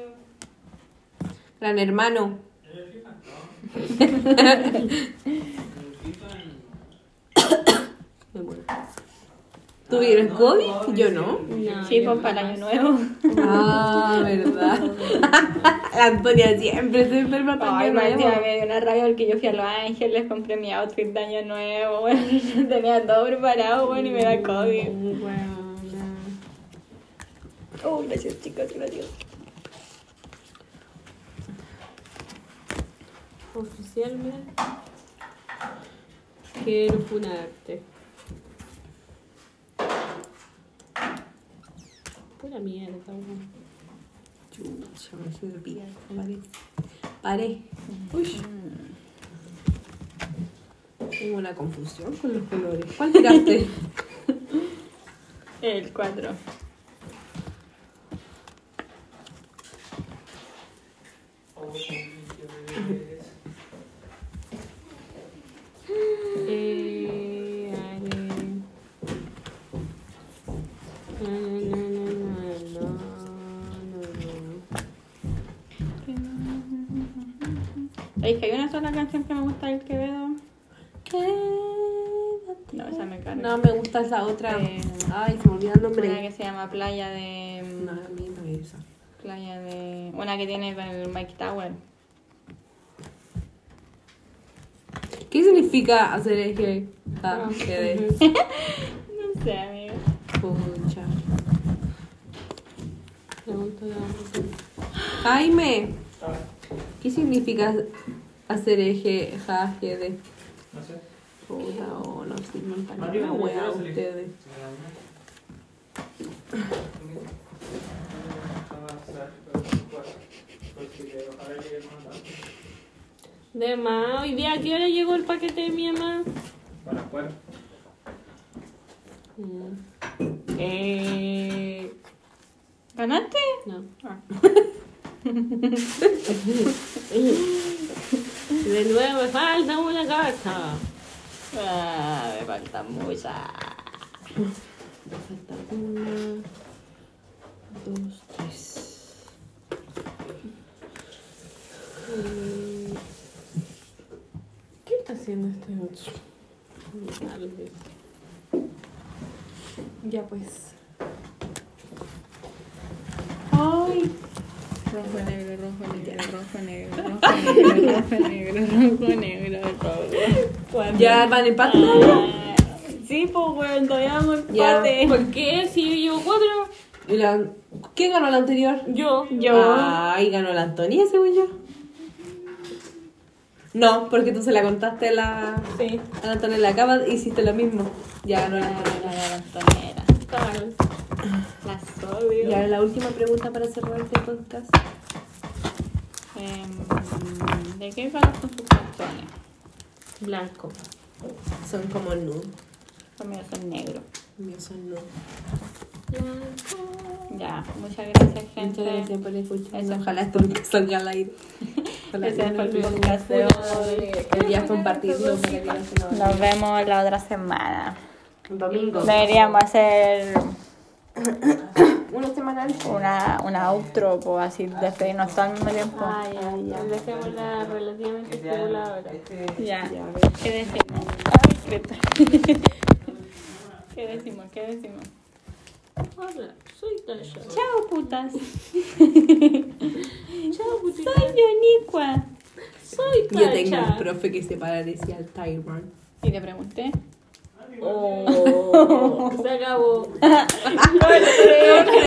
Speaker 3: Gran hermano.
Speaker 6: en el FIFA? No. en el FIFA. no.
Speaker 3: Me muero. ¿Tuvieron
Speaker 6: Ah, no,
Speaker 3: COVID? Yo no.
Speaker 2: No,
Speaker 8: Sí,
Speaker 2: yo jamás.
Speaker 8: pues para año nuevo.
Speaker 3: Ah, verdad. La Antonia siempre se enferma para
Speaker 8: Ay,
Speaker 3: año nuevo.
Speaker 8: Martina, me dio una rabia porque yo fui a Los Ángeles, compré mi outfit de año nuevo, bueno, tenía todo preparado, bueno, y me da COVID. Oh, gracias chicos, gracias.
Speaker 2: Oficialmente. Quiero funarte. Pura mierda, weón.
Speaker 3: Chucha, me hice de pía, paré. Paré. Uy. Tengo una confusión con los colores. ¿Cuál tiraste?
Speaker 8: El 4.
Speaker 2: Eh, haré
Speaker 8: sabéis que hay una sola canción que me gusta del Quevedo. Quédate. No, esa me carga.
Speaker 4: No, me gusta esa otra.
Speaker 8: Eh,
Speaker 4: Ay, se me olvidó el
Speaker 8: Una
Speaker 4: nombre.
Speaker 8: que se llama Playa de.
Speaker 4: No, a mí no es esa.
Speaker 8: Playa de. Una que tiene con el Mike Tower.
Speaker 4: ¿Qué significa hacer eje? Ah, quedé.
Speaker 8: No sé, amigo.
Speaker 4: Pucha. Pregunta de dónde soy. Jaime, ¿qué significa hacer eje? Ja, jede.
Speaker 6: No sé.
Speaker 4: Puta, oh, no sé, me
Speaker 6: Mati,
Speaker 4: empañó la
Speaker 6: ¿dónde
Speaker 4: wea
Speaker 6: quieres salir?
Speaker 4: ustedes.
Speaker 2: De más, hoy día, ¿a qué hora llegó el paquete de mi mamá?
Speaker 6: Para cuál?
Speaker 8: Mm.
Speaker 2: Eh,
Speaker 8: ¿Ganaste?
Speaker 4: No.
Speaker 2: de nuevo me falta una carta.
Speaker 8: Ah, me falta mucha.
Speaker 4: Falta una, dos, tres.
Speaker 2: Eh,
Speaker 4: Mm. ¿Qué está haciendo este otro? Algo. Ya pues. Ay,
Speaker 8: Rojo, negro, rojo, negro, rojo, negro, rojo, negro, rojo, negro, rojo, negro, rojo.
Speaker 4: ya van empate.
Speaker 8: Ah, Pues, Sí, pues, weón, todavía vamos
Speaker 4: Ya.
Speaker 8: empate.
Speaker 2: ¿Por qué? Si yo llevo cuatro,
Speaker 4: Y la- ¿Quién ganó la anterior?
Speaker 2: yo. Ah.
Speaker 8: Yo.
Speaker 4: Ay, ganó la Antonia, según yo. No, porque tú se la contaste a la,
Speaker 2: Sí,
Speaker 4: a la Antonia en la cama, hiciste lo mismo. Ya ganó la Antonia.
Speaker 8: La galantonera.
Speaker 2: está mal.
Speaker 8: Las odio.
Speaker 4: Y ahora la última pregunta para cerrar este podcast.
Speaker 8: Em, ¿De qué color son sus calzones?
Speaker 2: Blanco.
Speaker 4: Son como nude.
Speaker 8: Los míos son negros.
Speaker 4: Míos son nude.
Speaker 8: Ya, muchas gracias, gente.
Speaker 4: Muchas gracias por escuchar.
Speaker 8: Eso.
Speaker 4: Ojalá esto nunca salga al aire. Ojalá
Speaker 8: Ese fue el
Speaker 4: nunca.
Speaker 8: podcast de hoy.
Speaker 4: Deberías compartirlo para que la gente lo
Speaker 8: Nos vemos la otra semana.
Speaker 3: Domingo.
Speaker 8: Deberíamos hacer
Speaker 4: Una semana antes.
Speaker 8: una, una outro, pues así despedirnos todo al mismo tiempo.
Speaker 2: Ay, ay, ya. Dejémosla relativamente segura ahora.
Speaker 3: este
Speaker 8: Ya.
Speaker 4: Ya, a ver.
Speaker 8: ¿Qué decimos? Ay, creta. ¿Qué decimos? ¿Qué decimos?
Speaker 2: Hola, soy Tasha.
Speaker 8: Chao, putas.
Speaker 2: Chao, putita.
Speaker 8: Soy Yonicua.
Speaker 2: Soy Tasha.
Speaker 4: Yo tengo un profe que se parecía al Tyron.
Speaker 8: Y te pregunté.
Speaker 2: Oh, se acabó.